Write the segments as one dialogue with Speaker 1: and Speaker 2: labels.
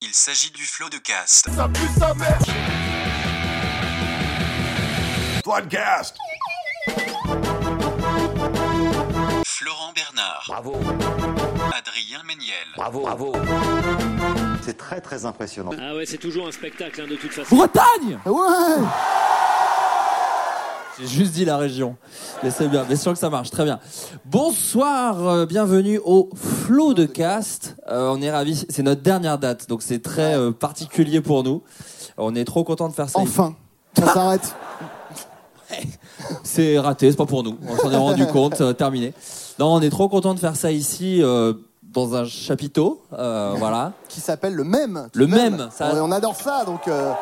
Speaker 1: Il s'agit du flot de cast.
Speaker 2: Floodcast.
Speaker 1: Florent Bernard,
Speaker 3: Bravo,
Speaker 1: Adrien Méniel,
Speaker 3: bravo, bravo.
Speaker 4: C'est très très impressionnant.
Speaker 5: Ah ouais, c'est toujours un spectacle hein, de toute façon.
Speaker 6: Bretagne Ah Ouais J'ai juste dit la région. Mais c'est bien, bien sûr que ça marche, très bien. Bonsoir, euh, bienvenue au Flow de Cast. Euh, on est ravis, c'est notre dernière date, donc c'est très euh, particulier pour nous. On est trop content de faire ça.
Speaker 7: Enfin, ça s'arrête.
Speaker 6: C'est raté, c'est pas pour nous. On s'en est rendu compte, euh, terminé. Non, on est trop content de faire ça ici, euh, dans un chapiteau, euh, voilà.
Speaker 7: Qui s'appelle le même.
Speaker 6: Le même, ça-
Speaker 7: On on adore ça, donc. euh,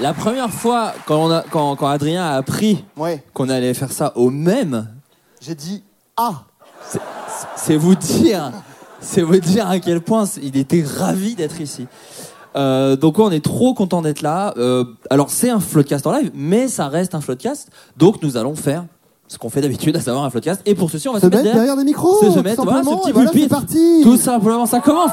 Speaker 6: La première fois, quand, on a, quand, quand Adrien a appris
Speaker 7: ouais,
Speaker 6: qu'on allait faire ça au même,
Speaker 7: j'ai dit Ah
Speaker 6: C'est vous dire, c'est vous dire à quel point c- il était ravi d'être ici. Euh, donc ouais, on est trop content d'être là. Euh, alors c'est un floodcast en live, mais ça reste un floodcast. Donc nous allons faire ce qu'on fait d'habitude, à savoir un floodcast. Et pour ceci, on va
Speaker 7: Se
Speaker 6: se mettre
Speaker 7: mettre derrière des micros,
Speaker 6: se, se
Speaker 7: tout
Speaker 6: mettre, voilà, ce
Speaker 7: simplement,
Speaker 6: petit
Speaker 7: et voilà, c'est
Speaker 6: pupitre.
Speaker 7: parti.
Speaker 6: Tout simplement, ça commence.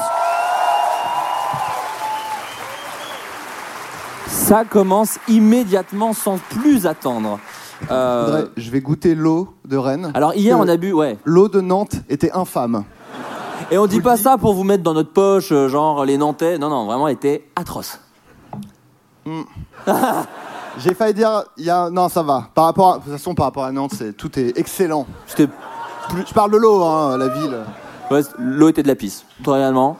Speaker 6: Ça commence immédiatement sans plus attendre. Euh,
Speaker 7: Faudrait- Je vais goûter l'eau de Rennes.
Speaker 8: Alors hier,
Speaker 7: Euh,
Speaker 8: on a bu, ouais.
Speaker 7: L'eau de Nantes était infâme.
Speaker 8: Et on dit
Speaker 7: le
Speaker 8: pas
Speaker 7: dis.
Speaker 8: ça pour vous mettre dans notre poche, euh, genre les Nantais. Non, non, vraiment, elle était atroce.
Speaker 7: J'ai failli dire, il y a... non, ça va. Par rapport à- De toute façon, par rapport à Nantes, c'est- tout est excellent.
Speaker 8: C'était-
Speaker 7: Plus- Je parle de l'eau, hein, la ville.
Speaker 8: ouais, c- L'eau était de la pisse, très réellement.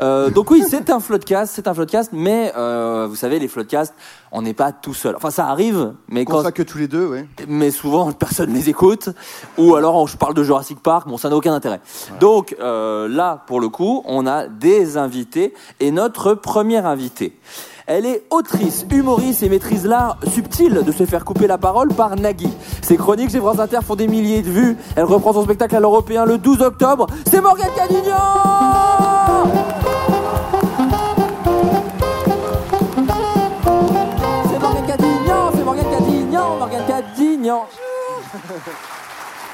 Speaker 8: Euh, donc oui, c'est un floodcast, c'est un floodcast, mais euh, vous savez, les floodcasts, on n'est pas tout seul. Enfin, ça arrive, mais
Speaker 7: Qu'on
Speaker 8: quand,
Speaker 7: soit que tous les deux, oui.
Speaker 8: mais souvent personne les écoute. Ou alors on- je parle de Jurassic Park, bon ça n'a aucun intérêt. Donc euh, là, pour le coup, on a des invités et notre première invitée. Elle est autrice, humoriste et maîtrise l'art subtil de se faire couper la parole par Nagui. Ses chroniques chez France Inter font des milliers de vues. Elle reprend son spectacle à l'Européen le 12 octobre. C'est Morgane Cadignan C'est Morgane Cadignan, c'est Morgane Cadignan, Morgane Cadignan.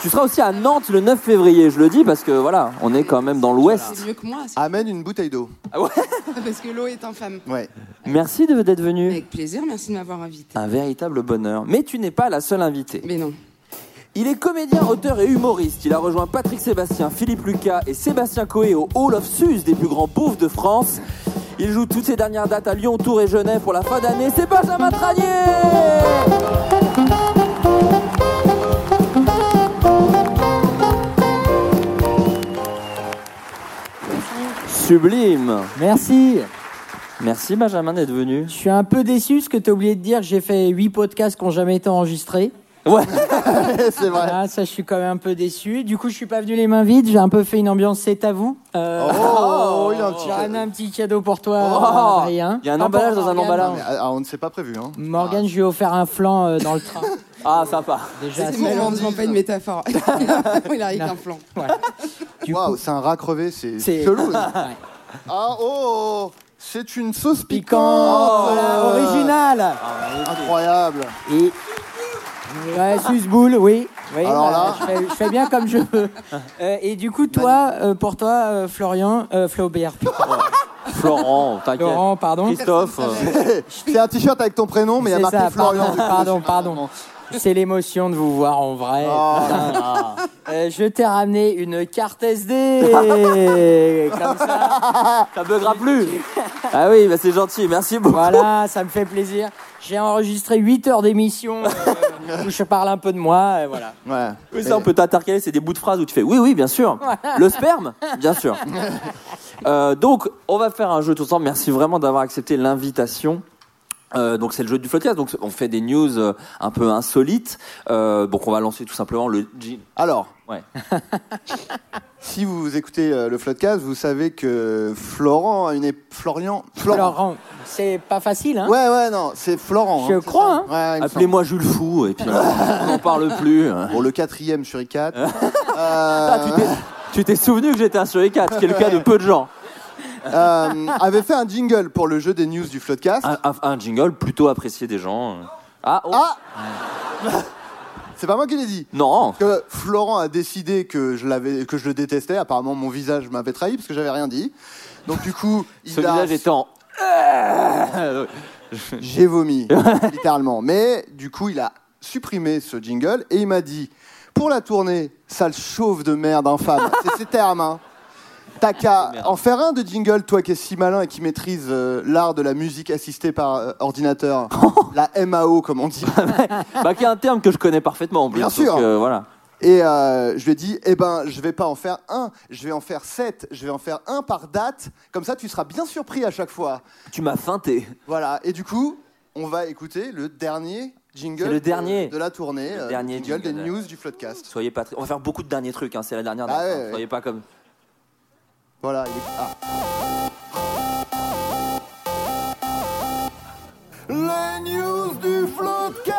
Speaker 8: Tu seras aussi à Nantes le 9 février, je le dis parce que voilà, on est quand même dans l'ouest.
Speaker 9: C'est mieux que moi, c'est-
Speaker 7: Amène une bouteille d'eau.
Speaker 9: parce que l'eau est infâme.
Speaker 7: Ouais.
Speaker 8: Merci de- d'être venu.
Speaker 9: Avec plaisir, merci de m'avoir invité.
Speaker 8: Un véritable bonheur. Mais tu n'es pas la seule invitée.
Speaker 9: Mais non.
Speaker 8: Il est comédien, auteur et humoriste. Il a rejoint Patrick Sébastien, Philippe Lucas et Sébastien Coé au Hall of Sus des plus grands bouffes de France. Il joue toutes ses dernières dates à Lyon, Tours et Genève pour la fin d'année. C'est Benjamin Tranier Sublime
Speaker 10: Merci.
Speaker 8: Merci Benjamin d'être venu.
Speaker 10: Je suis un peu déçu parce que tu as oublié de dire que j'ai fait 8 podcasts qui n'ont jamais été enregistrés.
Speaker 8: Ouais
Speaker 7: c'est vrai.
Speaker 10: Ah, ça, je suis quand même un peu déçu. Du coup, je suis pas venu les mains vides. J'ai un peu fait une ambiance c'est à vous. Euh,
Speaker 7: Oh, il a un petit-
Speaker 10: J'ai ramené un petit cadeau pour toi,
Speaker 8: Oh.
Speaker 10: Adrien. bah,
Speaker 8: Il y a un
Speaker 10: Pas pour
Speaker 8: emballage dans un
Speaker 10: Morgane.
Speaker 8: emballage.
Speaker 7: Mais, ah, on ne s'est pas prévu, hein.
Speaker 10: Morgane, je lui ai offert un flan euh, dans le train.
Speaker 8: Ah sympa
Speaker 10: Déjà,
Speaker 9: C'est
Speaker 10: c'est-
Speaker 9: malheureusement pas une métaphore. Il arrive
Speaker 10: Non.
Speaker 9: un plan.
Speaker 10: du
Speaker 7: Waouh,
Speaker 10: coup,
Speaker 7: c'est un rat crevé, c'est
Speaker 10: c'est-
Speaker 7: chelou. hein.
Speaker 10: Ouais.
Speaker 7: Ah oh C'est une sauce
Speaker 10: Piquant,
Speaker 7: piquante
Speaker 10: voilà,
Speaker 7: Euh,
Speaker 10: original.
Speaker 8: Ah.
Speaker 7: Incroyable
Speaker 10: Et... Ouais, suce-boule, oui. Oui,
Speaker 7: Alors
Speaker 10: bah,
Speaker 7: là.
Speaker 10: je, fais, je fais bien comme je veux. Euh, et du coup, toi, euh, pour toi, euh, Florian, euh, Flaubert, putain,
Speaker 8: Florent, t'inquiète.
Speaker 10: Laurent, pardon.
Speaker 8: Christophe euh,
Speaker 7: C'est un t-shirt avec ton prénom, mais il y a
Speaker 10: C'est
Speaker 7: marqué
Speaker 10: ça,
Speaker 7: Florian.
Speaker 10: pardon,
Speaker 7: dessus.
Speaker 10: pardon, pardon. C'est l'émotion de vous voir en vrai.
Speaker 7: Ah,
Speaker 10: putain.
Speaker 8: Ah.
Speaker 10: Euh, je t'ai ramené une carte SD. Comme ça,
Speaker 8: Ça buggera plus Ah oui, bah c'est gentil, merci beaucoup.
Speaker 10: voilà, ça me fait plaisir. J'ai enregistré 8 heures d'émission euh, où je parle un peu de moi. et voilà.
Speaker 7: Ouais.
Speaker 8: Oui, ça, on peut t'intercaler, c'est des bouts de phrases où tu fais oui, oui, bien sûr. Le sperme, bien sûr. Euh, donc, on va faire un jeu tous ensemble. Merci vraiment d'avoir accepté l'invitation. Euh, donc c'est le jeu du podcast, donc on fait des news euh, un peu Ah. insolites. Euh, donc on va lancer tout simplement le... jing-
Speaker 7: Alors,
Speaker 8: Ouais.
Speaker 7: si vous écoutez euh, le Floodcast, vous savez que Florent a une é- Florian. Florent.
Speaker 10: Florent, c'est pas facile, hein
Speaker 7: Ouais, ouais, non, c'est Florent.
Speaker 10: Je
Speaker 7: hein,
Speaker 10: crois,
Speaker 7: c'est ça. Ouais, il me semble.
Speaker 8: Appelez-moi Jules Fou, et puis euh, on n'en parle plus.
Speaker 7: Bon, le quatrième sur I4.
Speaker 8: Ah, tu t'es- tu t'es souvenu que j'étais un sur les quatre, ce qui est le cas de peu de gens.
Speaker 7: euh, avait fait un jingle pour le jeu des news du Floodcast.
Speaker 8: Un, un- un jingle plutôt apprécié des gens. Ah, oh.
Speaker 7: Ah C'est pas moi qui l'ai dit.
Speaker 8: non
Speaker 7: Parce que Florent a décidé que je, l'avais, que je le détestais. Apparemment, mon visage m'avait trahi parce que j'avais rien dit. Donc, du coup, il
Speaker 8: Ce
Speaker 7: a-
Speaker 8: visage était en.
Speaker 7: j'ai vomi, littéralement. Mais du coup, il a supprimé ce jingle et il m'a dit Pour la tournée, sale chauve de merde infâme. C'est ses termes, hein. T'as qu'à en faire un de jingle, toi qui es si malin et qui maîtrise euh, l'art de la musique assistée par euh, ordinateur, la MAO comme on dit.
Speaker 8: Bah, qui est un terme que je connais parfaitement en plus.
Speaker 7: Bien
Speaker 8: donc,
Speaker 7: sûr.
Speaker 8: euh, voilà.
Speaker 7: Et euh, je lui ai dit, eh ben, je vais pas en faire un, je vais en faire sept, je vais en faire un par date, comme ça tu seras bien surpris à chaque fois.
Speaker 8: Tu m'as feinté.
Speaker 7: Voilà, et du coup, on va écouter le dernier jingle
Speaker 8: C'est le
Speaker 7: de-
Speaker 8: dernier.
Speaker 7: De, la tournée,
Speaker 8: Le
Speaker 7: euh,
Speaker 8: dernier
Speaker 7: jingle,
Speaker 8: jingle.
Speaker 7: des news du Floodcast.
Speaker 8: Soyez pas. très- On va faire beaucoup de derniers trucs, hein, c'est la dernière.
Speaker 7: Ah
Speaker 8: date,
Speaker 7: ouais,
Speaker 8: hein,
Speaker 7: ouais.
Speaker 8: Soyez pas comme.
Speaker 7: Voilà, il est- ah. Les news du Floodcast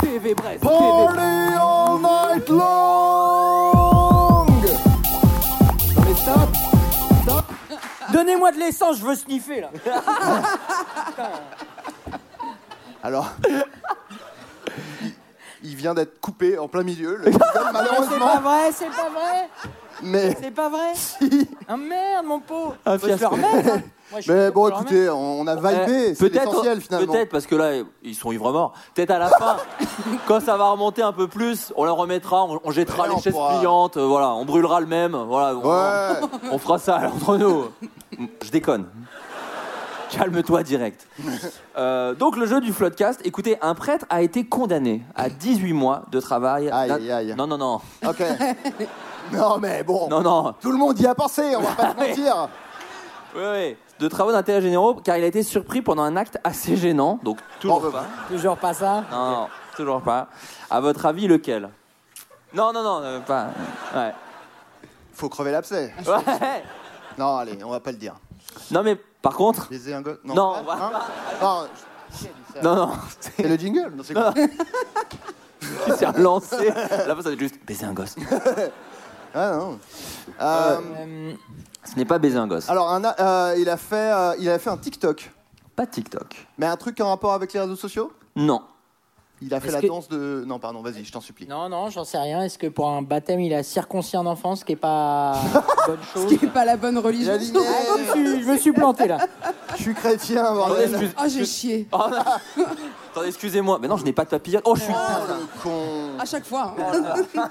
Speaker 8: TV Brest
Speaker 7: Party all night long
Speaker 10: Donnez-moi de l'essence, je veux sniffer, là.
Speaker 7: Alors, il- il vient d'être coupé en plein milieu, le-
Speaker 10: C'est pas
Speaker 7: malheureusement.
Speaker 10: vrai, c'est pas vrai,
Speaker 7: Mais,
Speaker 10: c'est pas vrai.
Speaker 7: si.
Speaker 10: Ah merde, mon pot.
Speaker 8: Un
Speaker 10: Faut se le
Speaker 8: fiasco.
Speaker 10: remettre, hein. Moi, je
Speaker 7: mais
Speaker 10: suis Euh,
Speaker 7: bon,
Speaker 10: pour le remettre.
Speaker 7: écoutez, on on a vibé, c'est l'essentiel finalement.
Speaker 8: Eh, Peut-être parce que là, ils sont ivres morts. Peut-être à la fin, quand ça va remonter un peu plus, on la remettra, on, on jettera
Speaker 7: Ouais,
Speaker 8: les
Speaker 7: on
Speaker 8: chaises
Speaker 7: pourra-
Speaker 8: pliantes, euh, voilà, on brûlera le même, voilà. on-
Speaker 7: Ouais,
Speaker 8: On fera ça alors, entre nous. Je déconne. Calme-toi direct. Euh, donc le jeu du floodcast, écoutez, un prêtre a été condamné à 18 mois de travail.
Speaker 7: Aïe,
Speaker 8: d'un-
Speaker 7: aïe, aïe.
Speaker 8: Non, non, non.
Speaker 7: ok. Non, mais bon,
Speaker 8: Non, non.
Speaker 7: tout le monde y a pensé, on va pas se mentir.
Speaker 8: Oui, oui. De travaux d'intérêt généraux, car il a été surpris pendant un acte assez gênant. Donc toujours
Speaker 7: Bon, bah,
Speaker 8: pas.
Speaker 10: Toujours pas ça.
Speaker 8: Non, non, toujours pas. À votre avis, lequel Non, non, non, euh, pas. Ouais.
Speaker 7: Faut crever l'abcès.
Speaker 8: Ouais.
Speaker 7: Non, allez, on va pas le dire.
Speaker 8: Non, mais par contre.
Speaker 7: Baiser un gosse
Speaker 8: Non,
Speaker 7: hein
Speaker 8: on va-
Speaker 7: Non,
Speaker 8: Non, non.
Speaker 7: c'est le jingle. Non, c'est quoi
Speaker 8: Il s'est relancé. La fois, ça va être juste baiser un gosse.
Speaker 7: Ah non. Euh,
Speaker 10: Euh,
Speaker 8: Ce n'est pas baiser un gosse.
Speaker 7: alors, un a- euh, il, a fait, euh, il a fait un TikTok.
Speaker 8: Pas TikTok.
Speaker 7: Mais un truc en rapport avec les réseaux sociaux
Speaker 8: Non.
Speaker 7: Il a fait
Speaker 10: Est-ce
Speaker 7: la
Speaker 10: que-
Speaker 7: danse de. Non, pardon, vas-y, je t'en supplie.
Speaker 10: Non, non, j'en sais rien. Est-ce que pour un baptême, il a circoncis un enfant, ce qui est pas bonne
Speaker 9: Ce
Speaker 10: chose
Speaker 9: qui n'est pas la bonne
Speaker 7: Il a
Speaker 9: religion.
Speaker 7: dit,
Speaker 10: Ah,
Speaker 7: eh,
Speaker 10: je, suis- je me suis planté là.
Speaker 7: je suis chrétien, bordel.
Speaker 8: excuse-
Speaker 9: Oh, j'ai chié.
Speaker 8: Oh, non. Attendez, excusez-moi. Mais non, je n'ai pas de papillon. Oh, je suis.
Speaker 7: Le con.
Speaker 9: À chaque fois. hein.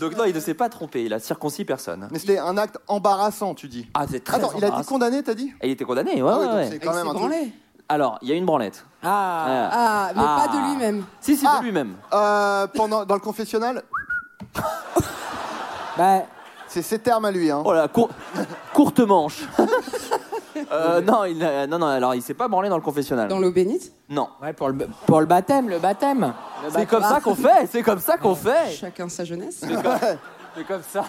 Speaker 8: Donc, non, il ne s'est pas trompé. Il a circoncis personne.
Speaker 7: Mais c'était un acte embarrassant, tu dis.
Speaker 8: Ah, c'est très.
Speaker 7: Attends, il a été
Speaker 8: embarrassant.
Speaker 7: condamné, t'as dit
Speaker 8: Et Il était condamné, ouais,
Speaker 7: Ah oui,
Speaker 8: ouais,
Speaker 7: donc
Speaker 8: ouais.
Speaker 7: c'est
Speaker 9: Il
Speaker 7: quand
Speaker 9: s'est
Speaker 7: même un truc.
Speaker 9: branlé.
Speaker 8: Alors, il y a eu une branlette.
Speaker 10: Ah,
Speaker 8: Voilà.
Speaker 9: Ah, mais
Speaker 8: Ah.
Speaker 9: pas de lui-même.
Speaker 8: Si, si,
Speaker 7: Ah.
Speaker 8: de lui-même.
Speaker 7: Euh, pendant, dans le confessionnal,
Speaker 10: bah,
Speaker 7: c'est ses termes à lui. Hein.
Speaker 8: Oh là, cour- courte manche. Euh, non, il a- non, non, alors il s'est pas branlé dans le confessionnal.
Speaker 9: Dans l'eau bénite.
Speaker 8: Non.
Speaker 10: ouais, pour le, pour le baptême, le baptême. Le
Speaker 8: C'est
Speaker 10: baptême.
Speaker 8: comme ça qu'on fait, c'est comme ça qu'on fait.
Speaker 9: Chacun sa jeunesse.
Speaker 8: C'est comme ça.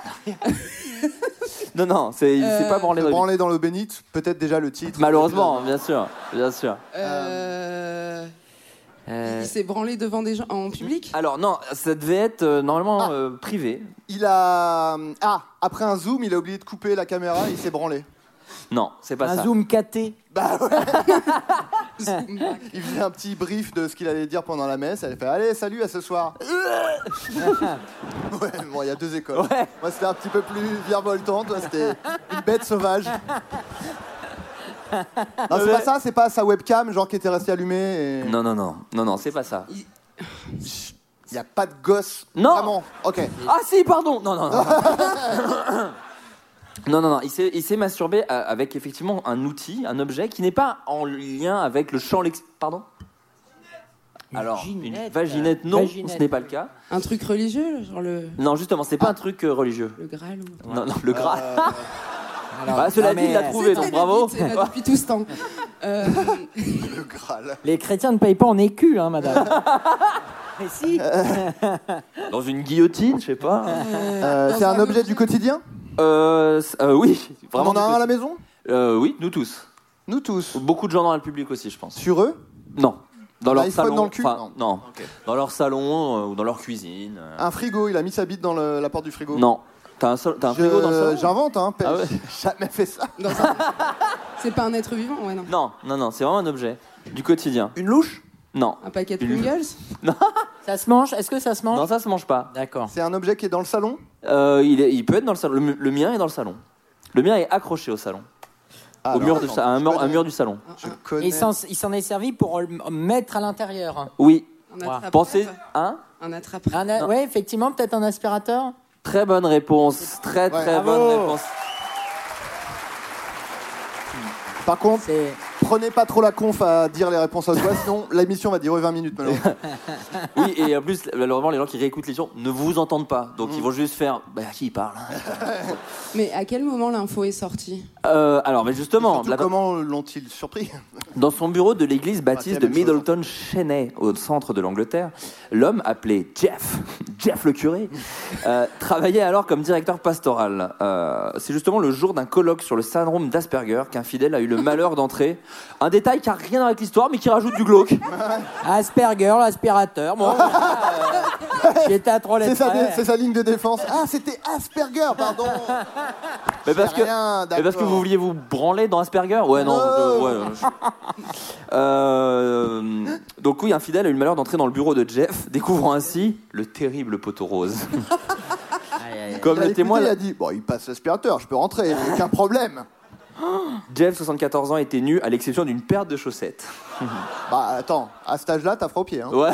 Speaker 8: non, non, c'est, il s'est
Speaker 9: Euh,
Speaker 8: pas branlé
Speaker 7: Se
Speaker 8: dans le
Speaker 7: branler dans l'eau bénite, peut-être déjà le titre.
Speaker 8: Malheureusement, bien sûr, bien sûr.
Speaker 9: Euh,
Speaker 8: Euh,
Speaker 9: Il s'est branlé devant des gens en public.
Speaker 8: Alors non, ça devait être euh, normalement
Speaker 7: Ah.
Speaker 8: euh, privé.
Speaker 7: Il a. Ah, après un zoom, il a oublié de couper la caméra, il s'est branlé.
Speaker 8: Non, c'est pas
Speaker 10: Un
Speaker 8: ça.
Speaker 10: zoom KT.
Speaker 8: Bah
Speaker 7: Il faisait un petit brief de ce qu'il allait dire pendant la messe. Elle fait Allez, salut, à ce soir. ouais, bon, il y a deux écoles.
Speaker 8: Ouais.
Speaker 7: Moi, c'était un petit peu plus virevoltant. Toi, c'était une bête sauvage. Non, c'est
Speaker 8: Ouais.
Speaker 7: pas ça, c'est pas sa webcam, genre qui était restée allumée. Et...
Speaker 8: Non, non, non, non, non, c'est pas ça.
Speaker 7: Il n'y a pas de gosse.
Speaker 8: Non.
Speaker 7: Vraiment. Ok. Euh,
Speaker 8: Ah si, pardon. Non, non, non. Non, non, non, il s'est il s'est masturbé euh, avec effectivement un outil, un objet qui n'est pas en lien avec le champ lex... Pardon Alors, une
Speaker 10: ginette.
Speaker 8: vaginette, non,
Speaker 10: Vaginette.
Speaker 8: ce n'est pas le cas.
Speaker 9: Un truc religieux, genre le,
Speaker 8: Non, justement, c'est pas un truc euh, religieux.
Speaker 9: le Graal. Ou...
Speaker 8: Non, non, le gras.
Speaker 10: Alors,
Speaker 8: Bah, cela
Speaker 10: non,
Speaker 8: dit, il
Speaker 10: mais-
Speaker 8: l'a trouvé,
Speaker 9: C'est
Speaker 8: donc bravo.
Speaker 9: David, c'est là depuis tout ce temps. Euh,
Speaker 7: Le Graal.
Speaker 10: Les chrétiens ne payent pas en écu, hein, madame. Mais si.
Speaker 8: Dans une guillotine, je sais pas.
Speaker 7: Euh, c'est un objet du quotidien
Speaker 8: Euh, c- euh, oui, vraiment.
Speaker 7: On en a
Speaker 8: du
Speaker 7: un
Speaker 8: côté.
Speaker 7: à la maison
Speaker 8: Euh, oui, nous tous.
Speaker 7: Nous tous.
Speaker 8: Beaucoup de gens dans le public aussi, je pense.
Speaker 7: Sur eux
Speaker 8: Non. Dans leur
Speaker 7: iPhone
Speaker 8: salon.
Speaker 7: dans le cul
Speaker 8: enfin, non.
Speaker 7: Ok.
Speaker 8: Dans leur salon euh, ou dans leur cuisine. euh.
Speaker 7: Un frigo, il a mis sa bite dans le- la porte du frigo.
Speaker 8: Non. T'as un, sol- t'as un
Speaker 7: Je-
Speaker 8: frigo dans le salon
Speaker 7: J'invente, hein.
Speaker 8: Ah ouais.
Speaker 7: J'ai jamais fait ça.
Speaker 9: dans un- C'est pas un être vivant, ouais, non.
Speaker 8: Non, non, non, c'est vraiment un objet du quotidien. Une louche Non.
Speaker 9: Un paquet de
Speaker 8: Une-
Speaker 9: Pringles
Speaker 10: Ça se mange Est-ce que ça se mange
Speaker 8: Non, ça se mange pas.
Speaker 10: D'accord.
Speaker 7: C'est un objet qui est dans le salon
Speaker 8: Euh, il, est- il peut être dans le salon. Le, mi- le mien est dans le salon. Le mien est accroché au salon. au
Speaker 7: Alors,
Speaker 8: mur du,
Speaker 7: attends,
Speaker 8: sa- à un,
Speaker 7: je
Speaker 8: mur, un
Speaker 7: connais-
Speaker 8: mur du salon.
Speaker 7: Je
Speaker 10: Et
Speaker 7: connais.
Speaker 10: il s'en il s'en est servi pour le mettre à l'intérieur. hein.
Speaker 8: Oui.
Speaker 9: Un
Speaker 7: Ah,
Speaker 9: attrape
Speaker 8: Pensez. Hein
Speaker 9: Un attrape
Speaker 10: Un a- ouais, effectivement, peut-être un aspirateur.
Speaker 8: Très bonne réponse. Très, très bonne
Speaker 7: bravo.
Speaker 8: réponse.
Speaker 7: Par contre,
Speaker 10: C'est
Speaker 7: prenez pas trop la conf à dire les réponses à toi, sinon l'émission va durer 20 minutes malheureusement.
Speaker 8: Oui, et en plus, malheureusement, les gens qui réécoutent l'émission ne vous entendent pas. Donc,
Speaker 7: Mm.
Speaker 8: ils vont juste faire bah, à qui il parle
Speaker 9: Mais à quel moment l'info est sortie
Speaker 8: Euh, Alors, mais justement,
Speaker 7: Surtout,
Speaker 8: la-
Speaker 7: Comment l'ont-ils surpris
Speaker 8: dans son bureau de l'église
Speaker 7: c'est
Speaker 8: baptiste de
Speaker 7: la même chose. hein.
Speaker 8: Middleton Cheney, au centre de l'Angleterre, l'homme appelé Jeff, Jeff le curé, euh, travaillait alors comme directeur pastoral. Euh, C'est justement le jour d'un colloque sur le syndrome d'Asperger qu'un fidèle a eu le malheur d'entrer. Un détail qui n'a rien avec l'histoire, mais qui rajoute du glauque.
Speaker 10: Asperger, l'aspirateur. Bon, voilà, euh, j'étais à trois
Speaker 7: C'est
Speaker 10: lettres.
Speaker 7: sa,
Speaker 10: près.
Speaker 7: c'est sa ligne de défense. Ah, c'était Asperger, pardon.
Speaker 8: Mais parce que,
Speaker 7: Rien,
Speaker 8: mais parce que
Speaker 7: d'accord.
Speaker 8: vous vouliez vous branler dans Asperger Ouais, non.
Speaker 7: Non.
Speaker 8: je- ouais, je- Euh, donc, oui, un fidèle a eu le malheur d'entrer dans le bureau de Jeff, découvrant ainsi le terrible poteau rose.
Speaker 10: Aïe, aïe, aïe.
Speaker 8: Comme
Speaker 7: Il
Speaker 8: le
Speaker 7: a écouté,
Speaker 8: témoin,
Speaker 7: Bah, il a dit Bon, il passe l'aspirateur, je peux rentrer, aucun problème.
Speaker 8: Jeff, 74 ans, était nu à l'exception d'une paire de chaussettes.
Speaker 7: Bah, attends, à cet âge-là, t'as froid au pied. Hein.
Speaker 8: Ouais.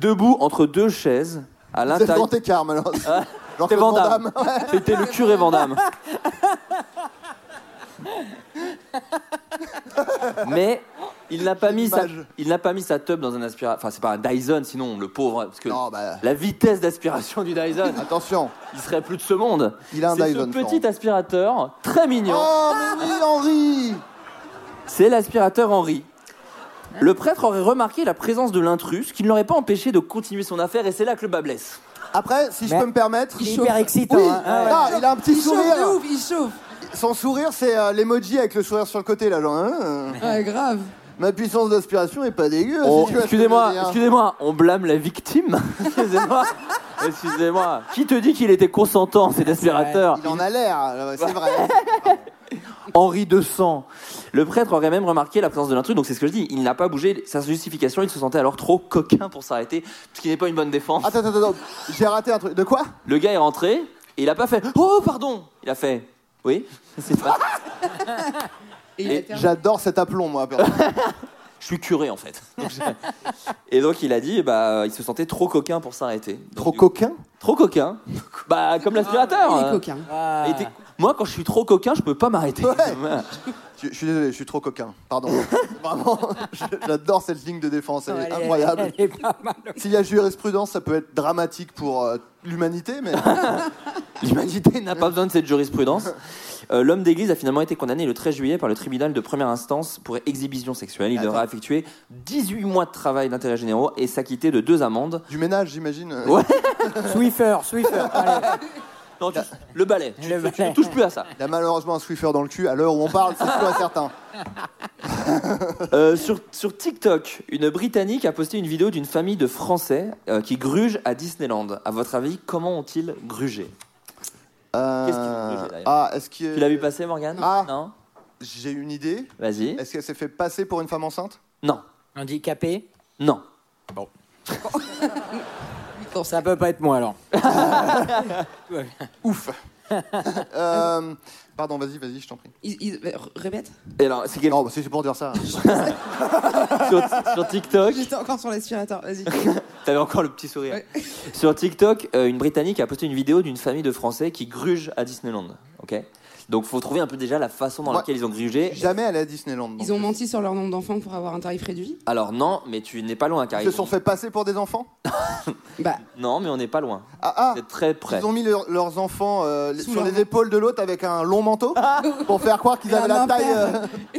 Speaker 8: Debout entre deux chaises, à
Speaker 7: C'est le
Speaker 8: l'intérieur.
Speaker 7: grand écart, malheureusement.
Speaker 8: Ah,
Speaker 7: Jean-Claude
Speaker 8: C'était Van Damme.
Speaker 7: Van Damme, ouais.
Speaker 8: C'était le curé Vandamme. Mais il n'a pas mis sa,
Speaker 7: Image.
Speaker 8: il n'a pas mis sa tub dans un aspirateur. Enfin, c'est pas un Dyson, sinon le pauvre, hein, parce que
Speaker 7: Non, bah.
Speaker 8: la vitesse d'aspiration du Dyson,
Speaker 7: Attention.
Speaker 8: il serait plus de ce monde.
Speaker 7: Il a un
Speaker 8: C'est
Speaker 7: Dyson,
Speaker 8: Ce petit
Speaker 7: Florent.
Speaker 8: aspirateur, très mignon.
Speaker 7: Oh, mais oui, Henri
Speaker 8: C'est l'aspirateur Henri. Le prêtre aurait remarqué la présence de l'intrus, ce qui ne l'aurait pas empêché de continuer son affaire, et c'est là que le bas blesse.
Speaker 7: Après, si je
Speaker 10: Mais-
Speaker 7: peux me permettre.
Speaker 10: C'est
Speaker 7: Oui,
Speaker 10: hyper excitant. hein. Ah ouais.
Speaker 7: Ah, il a un petit
Speaker 9: Il chauffe de
Speaker 7: sourire.
Speaker 9: ouf, il chauffe
Speaker 7: Son sourire, c'est euh, l'emoji avec le sourire sur le côté, là, genre. hein, euh,
Speaker 9: Ouais, grave
Speaker 7: Ma puissance d'aspiration est pas dégueu.
Speaker 8: On-
Speaker 7: si tu vois ce que je veux
Speaker 8: Oh, Excusez-moi,
Speaker 7: dire.
Speaker 8: excusez-moi, on blâme la victime. Excusez-moi, excusez-moi. Qui te dit qu'il était consentant, cet aspirateur
Speaker 7: Il en a l'air, euh, c'est vrai.
Speaker 8: Henri 200. Le prêtre aurait même remarqué la présence de l'intrus, donc c'est ce que je dis. Il n'a pas bougé. Sa justification, il se sentait alors trop coquin pour s'arrêter, ce qui n'est pas une bonne défense.
Speaker 9: Ah.
Speaker 7: Attends, attends, attends. J'ai raté un truc. De quoi
Speaker 8: Le gars est rentré et il a pas fait Oh, pardon Il a fait Oui, c'est pas.
Speaker 9: Et il a
Speaker 8: Et
Speaker 9: terminé.
Speaker 7: J'adore cet aplomb, moi. perso.
Speaker 8: Je suis curé en fait. Donc, je- et donc il a dit bah il se sentait trop coquin pour s'arrêter. Donc,
Speaker 7: Trop
Speaker 8: du-
Speaker 7: coquin
Speaker 8: Trop coquin. Bah comme l'aspirateur.
Speaker 9: Il est
Speaker 8: hein.
Speaker 9: coquin.
Speaker 10: Ah.
Speaker 8: Et t'es- Moi quand je suis trop coquin, je peux pas m'arrêter.
Speaker 7: Ouais. Je, je suis désolé, je suis trop coquin. Pardon. Vraiment, je- j'adore cette ligne de défense, elle est
Speaker 10: Elle est-
Speaker 7: incroyable.
Speaker 10: elle est pas mal.
Speaker 7: S'il y a jurisprudence, ça peut être dramatique pour euh, l'humanité, mais
Speaker 8: L'humanité n'a pas besoin de cette jurisprudence. Euh, L'homme d'église a finalement été condamné le 13 juillet par le tribunal de première instance pour exhibition sexuelle. Il devra effectuer 18 mois de travail d'intérêt généraux et s'acquitter de deux amendes.
Speaker 7: du ménage, j'imagine.
Speaker 8: Ouais.
Speaker 10: Swiffer, Swiffer. allez.
Speaker 8: Non, tu- Euh, le balai. Tu,
Speaker 10: Le
Speaker 8: tu- tu
Speaker 10: balai.
Speaker 8: ne touches plus à ça.
Speaker 7: Il a malheureusement un Swiffer dans le cul à l'heure où on parle, c'est sûr et certain.
Speaker 8: Euh, sur, sur TikTok, une Britannique a posté une vidéo d'une famille de Français euh, qui gruge à Disneyland. À votre avis, comment ont-ils grugé
Speaker 7: Euh,
Speaker 8: Qu'est-ce qu'il veut, d'ailleurs
Speaker 7: Ah, est-ce que.
Speaker 8: Tu l'as vu passer, Morgane
Speaker 7: Ah.
Speaker 8: Non
Speaker 7: J'ai une idée.
Speaker 8: Vas-y.
Speaker 7: Est-ce qu'elle s'est fait passer pour une femme enceinte
Speaker 8: Non.
Speaker 10: Handicapé
Speaker 8: Non.
Speaker 10: Ça peut pas être moi alors.
Speaker 7: Ouf
Speaker 8: Ah,
Speaker 7: Euh, Pardon, vas-y, vas-y, je t'en prie.
Speaker 9: Il- il- bah, r- Répète
Speaker 8: Et alors, c'est quel-
Speaker 7: Non, bah, c'est pour dire ça.
Speaker 8: sur, sur TikTok,
Speaker 9: J'étais encore sur l'aspirateur, vas-y.
Speaker 8: t'avais encore le petit sourire.
Speaker 9: Ouais.
Speaker 8: Sur TikTok, euh, une Britannique a posté une vidéo d'une famille de Français qui gruge à Disneyland. Ok Donc, faut trouver un peu déjà la façon dans
Speaker 7: Ouais.
Speaker 8: laquelle ils ont grugé.
Speaker 7: Jamais aller à Disneyland. donc.
Speaker 9: Ils ont menti sur leur nombre d'enfants pour avoir un tarif réduit
Speaker 8: Alors non, mais tu n'es pas loin, car
Speaker 7: Ils
Speaker 8: ils
Speaker 7: se sont
Speaker 8: ont-
Speaker 7: fait passer pour des enfants
Speaker 9: Bah,
Speaker 8: Non, mais on n'est pas loin.
Speaker 7: Ah, ah
Speaker 8: C'est très près.
Speaker 7: Ils ont mis leur- leurs enfants euh,
Speaker 9: Sous
Speaker 7: sur
Speaker 9: leur
Speaker 7: les
Speaker 9: manteau.
Speaker 7: épaules de l'autre avec un long manteau pour faire croire qu'ils avaient la
Speaker 9: Un
Speaker 7: taille.
Speaker 9: imper.
Speaker 7: euh,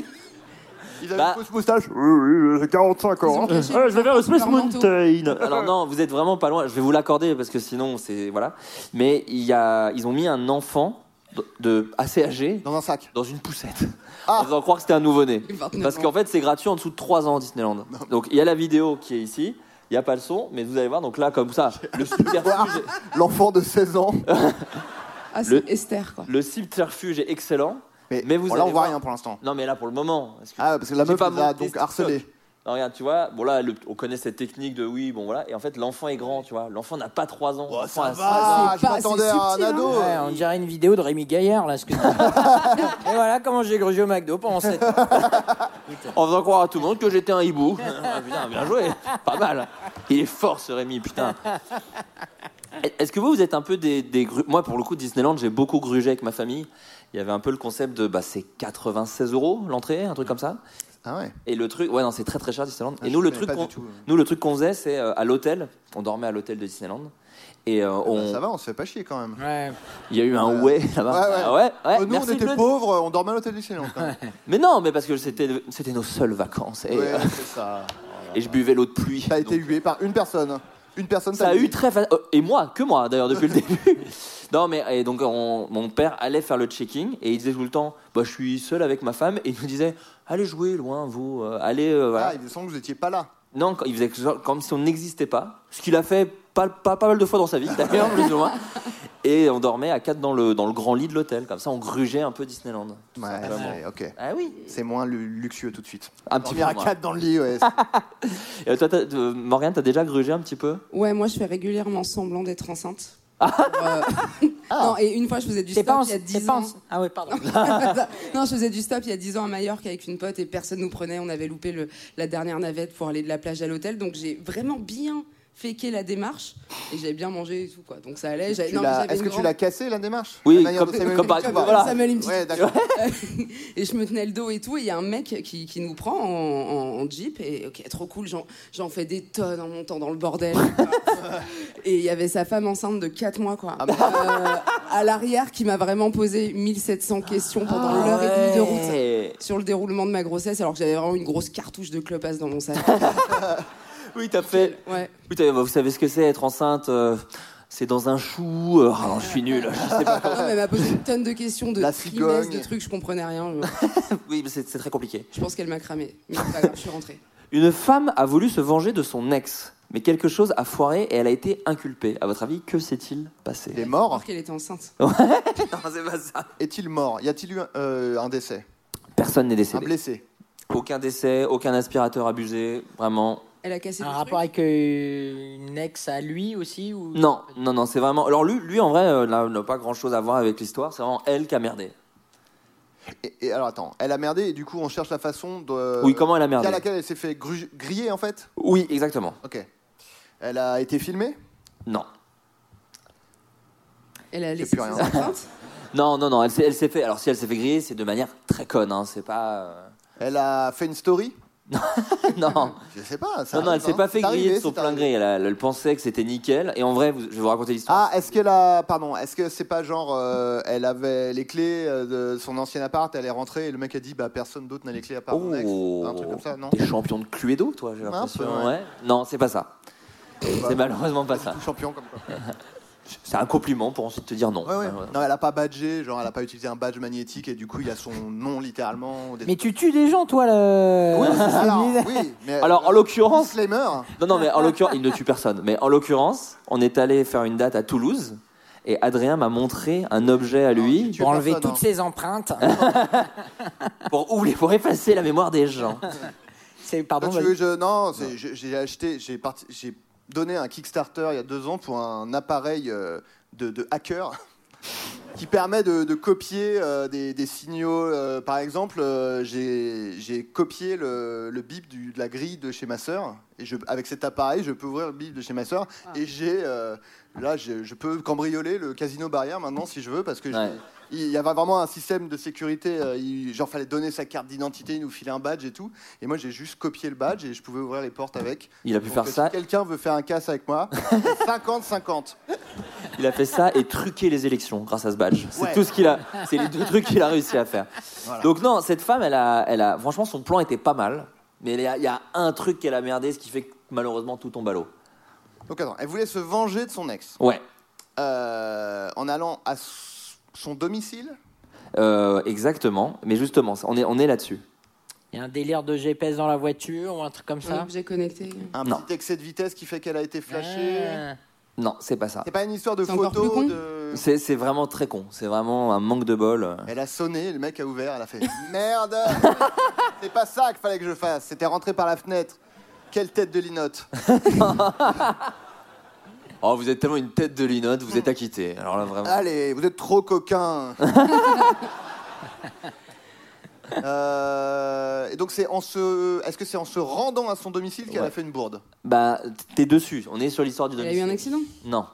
Speaker 7: Ils avaient
Speaker 8: Bah.
Speaker 7: une fausse moustache. Oui, oui, j'ai 45 ans. hein.
Speaker 9: Je vais faire Space
Speaker 8: Non, Alors non, vous êtes vraiment pas loin. Je vais vous l'accorder parce que sinon c'est voilà. Mais il y a, ils ont mis un enfant de, de- assez âgé
Speaker 7: Dans un sac.
Speaker 8: dans une poussette
Speaker 7: Ah.
Speaker 8: en faisant croire que c'était un nouveau-né.
Speaker 9: Il est 29
Speaker 8: Parce
Speaker 9: ans.
Speaker 8: qu'en fait c'est gratuit en dessous de 3 ans à Disneyland. Donc il y a la vidéo qui est ici. Il n'y a pas le son, mais vous allez voir. Donc là, comme ça, le subterfuge,
Speaker 7: L'enfant de 16 ans.
Speaker 9: Ah, c'est
Speaker 8: Le-
Speaker 9: Esther, quoi.
Speaker 8: le subterfuge est excellent.
Speaker 7: Mais,
Speaker 8: Mais vous
Speaker 7: bon, là, on
Speaker 8: allez
Speaker 7: voit
Speaker 8: voir.
Speaker 7: rien pour l'instant.
Speaker 8: Non, mais là pour le moment. parce que-
Speaker 7: Ah, parce que la
Speaker 8: J'ai
Speaker 7: meuf
Speaker 8: pas
Speaker 7: les a
Speaker 8: monté
Speaker 7: donc
Speaker 8: ce
Speaker 7: harcelé.
Speaker 8: TikTok. Non, regarde, tu vois, bon là, le- on connaît cette technique de oui, bon voilà, et en fait, l'enfant est grand, tu vois. L'enfant n'a pas 3 ans. l'enfant a
Speaker 7: Ah,
Speaker 9: c'est
Speaker 7: je
Speaker 9: pas-
Speaker 7: m'attendais
Speaker 9: c'est
Speaker 7: à un
Speaker 9: subtil, hein.
Speaker 7: ado.
Speaker 10: Ouais, on dirait une vidéo de Rémi Gaillard là. Ce que... Et voilà comment j'ai grugé au McDo pendant 7 ans.
Speaker 8: En faisant croire à tout le monde que j'étais un hibou. Ah, putain, bien joué, pas mal. Il est fort ce Rémi, putain. Est-ce que vous, vous êtes un peu des, des gru- Moi, pour le coup, Disneyland, j'ai beaucoup grugé avec ma famille. Il y avait un peu le concept de bah, c'est 96 euros l'entrée, un truc comme ça.
Speaker 7: Ah ouais.
Speaker 8: Et le truc, ouais, non, c'est très très cher Disneyland.
Speaker 7: Ah,
Speaker 8: et
Speaker 7: je
Speaker 8: nous le,
Speaker 7: connais
Speaker 8: truc
Speaker 7: pas
Speaker 8: qu'on,
Speaker 7: du tout, ouais.
Speaker 8: nous, le truc qu'on faisait, c'est euh, à l'hôtel. On dormait à l'hôtel de Disneyland. Et euh,
Speaker 7: Bah,
Speaker 8: on,
Speaker 7: ça va, on se fait pas chier quand même.
Speaker 10: Ouais.
Speaker 8: il y a eu un ouais là-bas.
Speaker 7: Ouais, ouais.
Speaker 8: Ah ouais, ouais,
Speaker 7: Euh, nous, on
Speaker 8: merci de
Speaker 7: était
Speaker 8: le-
Speaker 7: pauvres, on dormait à l'hôtel du Céline.
Speaker 8: Mais non, mais parce que c'était, c'était nos seules vacances. Et, euh,
Speaker 7: Ouais, c'est ça.
Speaker 8: et je buvais l'eau de pluie.
Speaker 7: T'as été
Speaker 8: Donc,
Speaker 7: hué par une personne. Une personne
Speaker 8: Ça
Speaker 7: t'a
Speaker 8: a eu
Speaker 7: hué.
Speaker 8: très fa- euh, Et moi, que moi d'ailleurs depuis le début. Non mais et donc on- mon père allait faire le checking et il disait tout le temps, bah je suis seul avec ma femme et il nous disait, allez jouer loin vous, euh, allez euh, voilà.
Speaker 7: Ah, il semble que vous étiez pas là.
Speaker 8: Non, quand- il faisait que- comme si on n'existait pas, ce qu'il a fait pas, pas, pas mal de fois dans sa vie d'ailleurs plus ou moins. Et on dormait à quatre dans le dans le grand lit de l'hôtel comme ça, on grugeait un peu Disneyland. tout
Speaker 7: Ouais,
Speaker 8: simplement.
Speaker 7: c'est- ok.
Speaker 8: Ah oui,
Speaker 7: C'est moins lu- luxueux tout de suite.
Speaker 8: un petit peu.
Speaker 7: Dormir à
Speaker 8: moi.
Speaker 7: 4 dans le lit, ouais.
Speaker 8: Et toi, t'as- euh, Morgane, t'as déjà grugé un petit peu
Speaker 9: Ouais, moi, je fais régulièrement semblant d'être enceinte.
Speaker 7: Ah.
Speaker 9: Euh, Non, et une fois, je faisais du
Speaker 10: T'es
Speaker 9: stop
Speaker 10: pas en...
Speaker 9: il y a
Speaker 10: t'es
Speaker 9: 10
Speaker 10: pas
Speaker 9: ans.
Speaker 10: en- Ah ouais, pardon.
Speaker 9: non, je faisais du stop il y a 10 ans à Majorque avec une pote et personne nous prenait. On avait loupé le- la dernière navette pour aller de la plage à l'hôtel. Donc j'ai vraiment bien féqué la démarche et j'avais bien mangé et tout. quoi. Donc ça allait. j'avais-
Speaker 7: Tu
Speaker 9: non, mais
Speaker 7: l'as- Est-ce
Speaker 9: j'avais une
Speaker 7: que tu
Speaker 9: grande-
Speaker 7: l'as cassé la démarche
Speaker 8: Oui,
Speaker 7: La manière
Speaker 8: comme-
Speaker 7: dont Samuel
Speaker 8: comme par-
Speaker 7: L. Jackson
Speaker 9: comme
Speaker 8: voilà.
Speaker 9: Samuel L. Jackson.
Speaker 7: Ouais, d'accord.
Speaker 9: et je me tenais le dos et tout. Et il y a un mec qui, qui nous prend en, en- en jeep. Et ok, trop cool, j'en, j'en fais des tonnes en montant dans le bordel. et il y avait sa femme enceinte de 4 mois, quoi.
Speaker 7: Ah bah.
Speaker 9: Euh, à l'arrière, qui m'a vraiment posé 1700 questions pendant
Speaker 7: Ah
Speaker 9: l'heure et demie de route
Speaker 8: Ah Ouais.
Speaker 9: sur le déroulement de ma grossesse, alors que j'avais vraiment une grosse cartouche de clopasse dans mon sac.
Speaker 8: Oui, t'as fait.
Speaker 9: Ouais.
Speaker 8: Oui, t'as- vous savez ce que c'est être enceinte euh, C'est dans un chou. euh, ah non, je suis nul. Je sais pas.
Speaker 9: Non, mais elle m'a posé une tonne de questions, de
Speaker 7: La
Speaker 9: trimestres, de
Speaker 7: cigogne.
Speaker 9: trucs, je comprenais rien. Je,
Speaker 8: Oui, mais c'est c'est très compliqué.
Speaker 9: je pense qu'elle m'a cramé. Mais c'est pas grave, je suis rentrée.
Speaker 8: Une femme a voulu se venger de son ex, mais quelque chose a foiré et elle a été inculpée. À votre avis, que s'est-il passé
Speaker 7: Il est
Speaker 9: Alors
Speaker 7: mort
Speaker 9: qu'elle était enceinte.
Speaker 8: Non, c'est pas ça.
Speaker 7: Est-il mort Y a-t-il eu euh, un décès
Speaker 8: Personne n'est
Speaker 7: Un
Speaker 8: décédé.
Speaker 7: blessé
Speaker 8: Aucun décès, aucun aspirateur abusé, vraiment.
Speaker 9: Elle a cassé
Speaker 10: Un
Speaker 9: des
Speaker 10: rapport avec euh, une ex à lui aussi ou...
Speaker 8: Non, non, non, c'est vraiment. Alors lui, lui en vrai, euh, là, n'a pas grand-chose à voir avec l'histoire. C'est vraiment elle qui a merdé.
Speaker 7: et, et alors attends, elle a merdé et du coup on cherche la façon de.
Speaker 8: oui, comment elle Euh, a merdé
Speaker 7: Via laquelle elle s'est fait gru- griller en fait
Speaker 8: Oui, exactement.
Speaker 7: Ok. Elle a été filmée
Speaker 8: Non.
Speaker 9: trucs. Elle a laissé
Speaker 7: plus
Speaker 9: ses
Speaker 7: rien.
Speaker 9: empreintes.
Speaker 8: Non, non, non, elle s'est, elle s'est fait. Alors, si elle s'est fait griller, c'est de manière très conne, hein, c'est pas. euh,
Speaker 7: Elle a fait une story
Speaker 8: non,
Speaker 7: Je sais pas. ça
Speaker 8: non, non, elle
Speaker 7: arrive,
Speaker 8: s'est
Speaker 7: hein.
Speaker 8: pas fait
Speaker 7: C'est
Speaker 8: griller
Speaker 7: arrivé,
Speaker 8: de son
Speaker 7: c'est
Speaker 8: plein
Speaker 7: arrivé.
Speaker 8: gré. Elle, a- elle pensait que c'était nickel. Et en vrai, vous- je vais vous raconter l'histoire.
Speaker 7: Ah, est-ce qu'elle a. Pardon, est-ce que c'est pas genre. euh, elle avait les clés euh, de son ancien appart, elle est rentrée et le mec a dit bah personne d'autre n'a les clés à part mon ex. Ah, Un truc comme ça, non
Speaker 8: Oh. T'es champion de Cluedo, toi, j'ai
Speaker 7: Un
Speaker 8: l'impression.
Speaker 7: peu, ouais.
Speaker 8: ouais. Non, c'est pas ça. C'est malheureusement pas ça.
Speaker 7: Tout champion comme quoi.
Speaker 8: C'est un compliment pour ensuite te dire non.
Speaker 7: Ouais, ouais.
Speaker 8: Ah, Ouais, ouais.
Speaker 7: Non, elle a pas badgé, genre elle a pas utilisé un badge magnétique et du coup il y a son nom littéralement. des-
Speaker 10: Mais tu tues des gens, toi, là.
Speaker 7: Oui, alors, oui, mais.
Speaker 8: Alors, en l'occurrence,
Speaker 7: Disclaimer hein.
Speaker 8: Non, non, mais en l'occurrence, il ne tue personne. Mais en l'occurrence, on est allé faire une date à Toulouse et Adrien m'a montré un objet à
Speaker 7: il
Speaker 8: lui
Speaker 7: tue
Speaker 10: Pour enlever
Speaker 7: personne,
Speaker 10: toutes
Speaker 7: hein.
Speaker 10: ces empreintes.
Speaker 8: pour oublier, pour effacer la mémoire des gens.
Speaker 10: C'est
Speaker 7: Toi,
Speaker 10: pardon.
Speaker 7: tu veux, je- Non, c'est- je- j'ai acheté, j'ai parti- j'ai donné un Kickstarter il y a deux ans pour un appareil euh, de, de hacker qui permet de, de copier euh, des, des signaux. euh, par exemple, euh, j'ai j'ai copié le, le bip du- de la grille de chez ma sœur. Et je, avec cet appareil, je peux ouvrir le bip de chez ma sœur. Et j'ai euh, là, je, je peux cambrioler le casino barrière maintenant si je veux parce que j'ai-
Speaker 8: Ouais.
Speaker 7: il y avait vraiment un système de sécurité. euh, il- genre, fallait donner sa carte d'identité, il nous filait un badge et tout. Et moi, j'ai juste copié le badge et je pouvais ouvrir les portes avec.
Speaker 8: Il a pu
Speaker 7: Donc,
Speaker 8: faire
Speaker 7: si
Speaker 8: ça.
Speaker 7: quelqu'un veut faire un casse avec moi, 50-50.
Speaker 8: Il a fait ça et truqué les élections grâce à ce badge. C'est tout ce qu'il a. C'est les deux trucs qu'il a réussi à faire. Donc non, cette femme, elle a, elle a, franchement, son plan était pas mal. Mais il y a- il y a un truc qu'elle a merdé, ce qui fait que malheureusement tout tombe à l'eau.
Speaker 7: Donc attends, elle voulait se venger de son ex
Speaker 8: Ouais.
Speaker 7: Euh, en allant à s- son domicile.
Speaker 8: Euh, exactement. Mais justement, on est, on est là-dessus.
Speaker 10: Il y a un délire de GPS dans la voiture ou un truc
Speaker 7: Mm.
Speaker 10: comme
Speaker 9: Un
Speaker 10: ça.
Speaker 9: objet connecté.
Speaker 7: Un
Speaker 8: Non.
Speaker 7: petit excès de vitesse qui fait qu'elle a été flashée.
Speaker 10: Ah.
Speaker 8: Non, c'est pas ça.
Speaker 7: C'est pas une histoire de
Speaker 9: C'est encore plus
Speaker 7: photo.
Speaker 9: con
Speaker 7: De...
Speaker 8: C'est c'est vraiment très con. C'est vraiment un manque de bol.
Speaker 7: Elle a sonné, le mec a ouvert, elle a fait Merde C'est pas ça qu'il fallait que je fasse, c'était rentré par la fenêtre. Quelle tête de linotte
Speaker 8: Oh, vous êtes tellement une tête de linotte, vous êtes acquitté. Alors là, vraiment.
Speaker 7: Allez, vous êtes trop coquin Euh, et donc c'est en se, est-ce que c'est en se rendant à son domicile qu'elle a
Speaker 8: Ouais.
Speaker 7: fait une bourde
Speaker 8: Bah, t'es dessus. On est sur l'histoire du
Speaker 9: Il a
Speaker 8: domicile.
Speaker 9: eu un accident
Speaker 8: Non.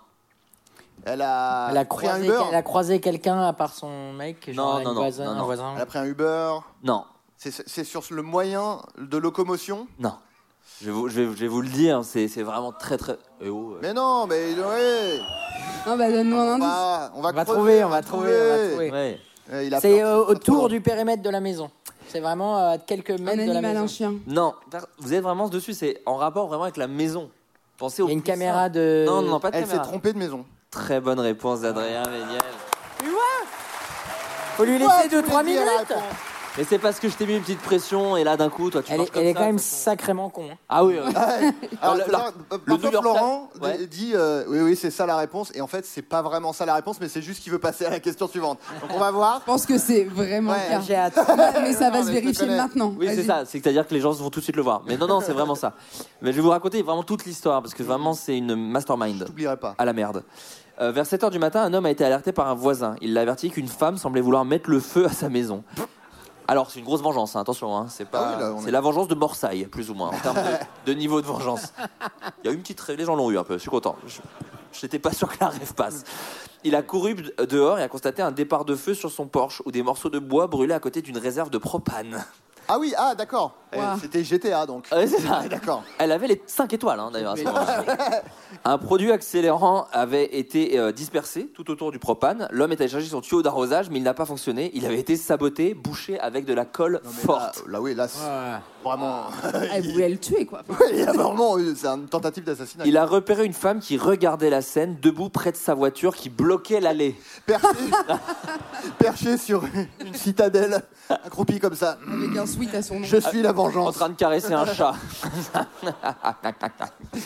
Speaker 7: Elle a,
Speaker 10: Elle a
Speaker 7: pris un
Speaker 10: croisé,
Speaker 7: Uber. hein.
Speaker 10: elle a croisé quelqu'un à part son mec, genre
Speaker 8: Non, non,
Speaker 10: une
Speaker 8: non,
Speaker 10: voisine-
Speaker 8: non,
Speaker 10: un
Speaker 8: non.
Speaker 10: voisin.
Speaker 7: Elle a pris un Uber.
Speaker 8: Non.
Speaker 7: C'est c'est sur le moyen de locomotion.
Speaker 8: Non. Je vais vous, je vais- je vais vous le dire, c'est c'est vraiment très très. Eh oh, euh.
Speaker 7: Mais non, mais ouais.
Speaker 9: Non, bah donne-nous un
Speaker 7: on,
Speaker 9: indice.
Speaker 7: va, on va
Speaker 10: On va
Speaker 7: crever,
Speaker 10: trouver, on va trouver, on va trouver.
Speaker 8: Ouais.
Speaker 7: Euh, il a
Speaker 10: C'est
Speaker 7: peur.
Speaker 10: euh, autour du périmètre de la maison. C'est vraiment euh, à quelques
Speaker 9: Un
Speaker 10: mètres de la
Speaker 9: animal,
Speaker 10: maison.
Speaker 9: un chien.
Speaker 8: Non, par- vous êtes vraiment dessus, c'est en rapport vraiment avec la maison. Pensez au.
Speaker 10: Il y a une
Speaker 8: plus
Speaker 10: caméra
Speaker 8: simple.
Speaker 10: de.
Speaker 8: Non, non, non, pas de
Speaker 7: Elle s'est
Speaker 8: caméra.
Speaker 7: trompée de maison.
Speaker 8: Très bonne réponse d'Adrien Méniel.
Speaker 10: Faut lui laisser 2-3 minutes.
Speaker 8: Mais c'est parce que je t'ai mis une petite pression et là d'un coup, toi tu
Speaker 10: Elle
Speaker 8: marches
Speaker 10: est,
Speaker 8: comme
Speaker 10: elle est
Speaker 8: ça,
Speaker 10: quand même
Speaker 8: toi, tu-
Speaker 10: sacrément con. hein.
Speaker 8: Ah oui, oui.
Speaker 7: Alors,
Speaker 8: Le-
Speaker 7: faut
Speaker 8: la-
Speaker 7: savoir, euh,
Speaker 8: le
Speaker 7: parfois,
Speaker 8: New York
Speaker 7: Florent
Speaker 8: Times, ouais.
Speaker 7: d- dit euh, oui oui c'est ça la réponse et en fait c'est pas vraiment ça la réponse mais c'est juste qu'il veut passer à la question suivante. Donc on va voir.
Speaker 9: Je pense que c'est vraiment
Speaker 7: Ouais,
Speaker 9: le
Speaker 10: J'ai
Speaker 9: cas.
Speaker 10: hâte.
Speaker 9: Mais- Mais
Speaker 7: Non,
Speaker 9: ça va se
Speaker 7: mais je
Speaker 9: vérifier
Speaker 7: connais.
Speaker 9: maintenant.
Speaker 8: Oui, c'est
Speaker 9: Vas-y.
Speaker 8: ça. C'est-à-dire que les gens vont tout de suite le voir. Mais non, non, c'est vraiment ça. Mais je vais vous raconter vraiment toute l'histoire parce que vraiment, c'est une mastermind
Speaker 7: J'oublierai pas.
Speaker 8: à la merde. Euh, vers 7 h du matin, un homme a été alerté par un voisin. Il l'a averti qu'une femme semblait vouloir mettre le feu à sa maison. Alors, c'est une grosse vengeance, hein, attention, hein, c'est pas.
Speaker 7: Ah oui, là, on
Speaker 8: c'est
Speaker 7: est-
Speaker 8: la vengeance de Morsaille, plus ou moins, en termes de, de niveau de vengeance. Il y a eu une petite rêve, les gens l'ont eu un peu, je suis content. Je- J'étais pas sûr que la rêve passe. Il a couru d- dehors et a constaté un départ de feu sur son porche où des morceaux de bois brûlaient à côté d'une réserve de propane.
Speaker 7: Ah oui ah d'accord. Eh,
Speaker 9: Ouah.
Speaker 7: C'était GTA donc.
Speaker 8: Ouais, c'est ça.
Speaker 7: Ah, d'accord.
Speaker 8: Elle avait les 5 étoiles, hein, d'ailleurs. à ce moment-là. Un produit accélérant avait été euh, dispersé tout autour du propane. L'homme était chargé son tuyau d'arrosage, mais il n'a pas fonctionné. Il avait été saboté, bouché avec de la colle
Speaker 7: Non, mais là,
Speaker 8: forte.
Speaker 7: là, oui là c'est vraiment.
Speaker 9: Ah, Elle voulait le tuer, quoi. Enfin,
Speaker 7: Il y a vraiment eu- c'est une tentative d'assassinat.
Speaker 8: Il a repéré une femme qui regardait la scène debout près de sa voiture qui bloquait l'allée.
Speaker 7: Perché, perché sur une citadelle accroupi comme ça.
Speaker 9: Avec un sweat à son nom.
Speaker 7: Je suis la
Speaker 8: en
Speaker 7: vengeance.
Speaker 8: train de caresser un chat.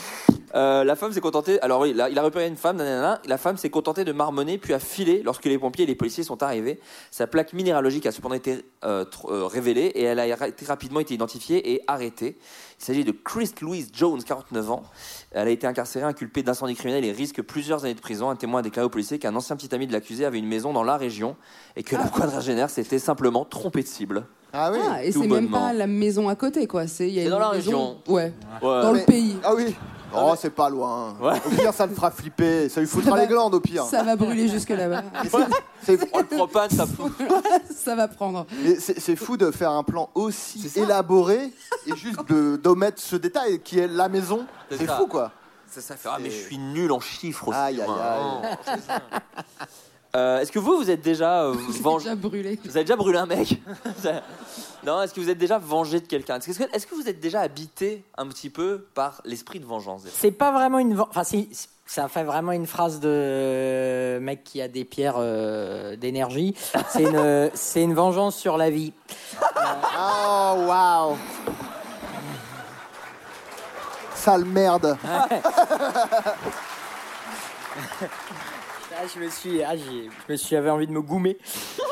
Speaker 8: Euh, la femme s'est contentée. Alors oui, là, il a repéré une femme. nanana. la femme s'est contentée de marmonner puis a filé lorsque les pompiers et les policiers sont arrivés. Sa plaque minéralogique a cependant été euh, tr- euh, révélée et elle a ra- été rapidement été identifiée et arrêtée. Il s'agit de Chris Louise Jones, 49 ans. Elle a été incarcérée, inculpée d'incendie criminel et risque plusieurs années de prison. Un témoin a déclaré aux policiers qu'un ancien petit ami de l'accusé avait une maison dans la région et que la quadragénaire s'était simplement trompée de cible.
Speaker 7: Ah oui.
Speaker 9: Ah, et
Speaker 8: tout
Speaker 9: c'est même
Speaker 8: bonnement.
Speaker 9: pas la maison à côté, quoi. C'est il y a
Speaker 8: C'est
Speaker 9: une
Speaker 8: dans la
Speaker 9: maison-
Speaker 8: région.
Speaker 9: Ouais.
Speaker 8: Ouais.
Speaker 9: Dans
Speaker 7: Ah,
Speaker 9: le
Speaker 7: mais-
Speaker 9: pays.
Speaker 7: Ah oui. Oh, c'est pas loin.
Speaker 8: Ouais.
Speaker 7: Au pire, ça le fera flipper. Ça lui foutra
Speaker 9: Ça va-
Speaker 7: les glandes, au pire.
Speaker 9: Ça va brûler jusque là-bas.
Speaker 7: C'est
Speaker 8: Oh, le propane, ça
Speaker 9: ça va prendre.
Speaker 7: mais c'est- c'est fou de faire un plan aussi élaboré et juste de- d'omettre ce détail qui est la maison.
Speaker 8: C'est
Speaker 7: C'est
Speaker 8: ça. Oh,
Speaker 7: fou, quoi.
Speaker 8: Ça, ça fait. Ah, mais je suis nul en chiffres aussi.
Speaker 7: Aïe, aïe,
Speaker 8: moi.
Speaker 7: aïe.
Speaker 8: Euh, Est-ce que vous, vous êtes déjà euh, vengé
Speaker 9: Déjà brûlé.
Speaker 8: Vous avez déjà brûlé un mec Non, est-ce que vous êtes déjà vengé de quelqu'un Est-ce que, est-ce que vous êtes déjà habité un petit peu par l'esprit de vengeance déjà
Speaker 10: C'est pas vraiment une. ven- Enfin, si, si, ça fait vraiment une phrase de mec qui a des pierres euh, d'énergie. C'est une, c'est une vengeance sur la vie.
Speaker 7: Oh, waouh. Sale merde.
Speaker 10: Ah, je me suis. ah, j'ai- je me suis. J'avais envie de me goumer.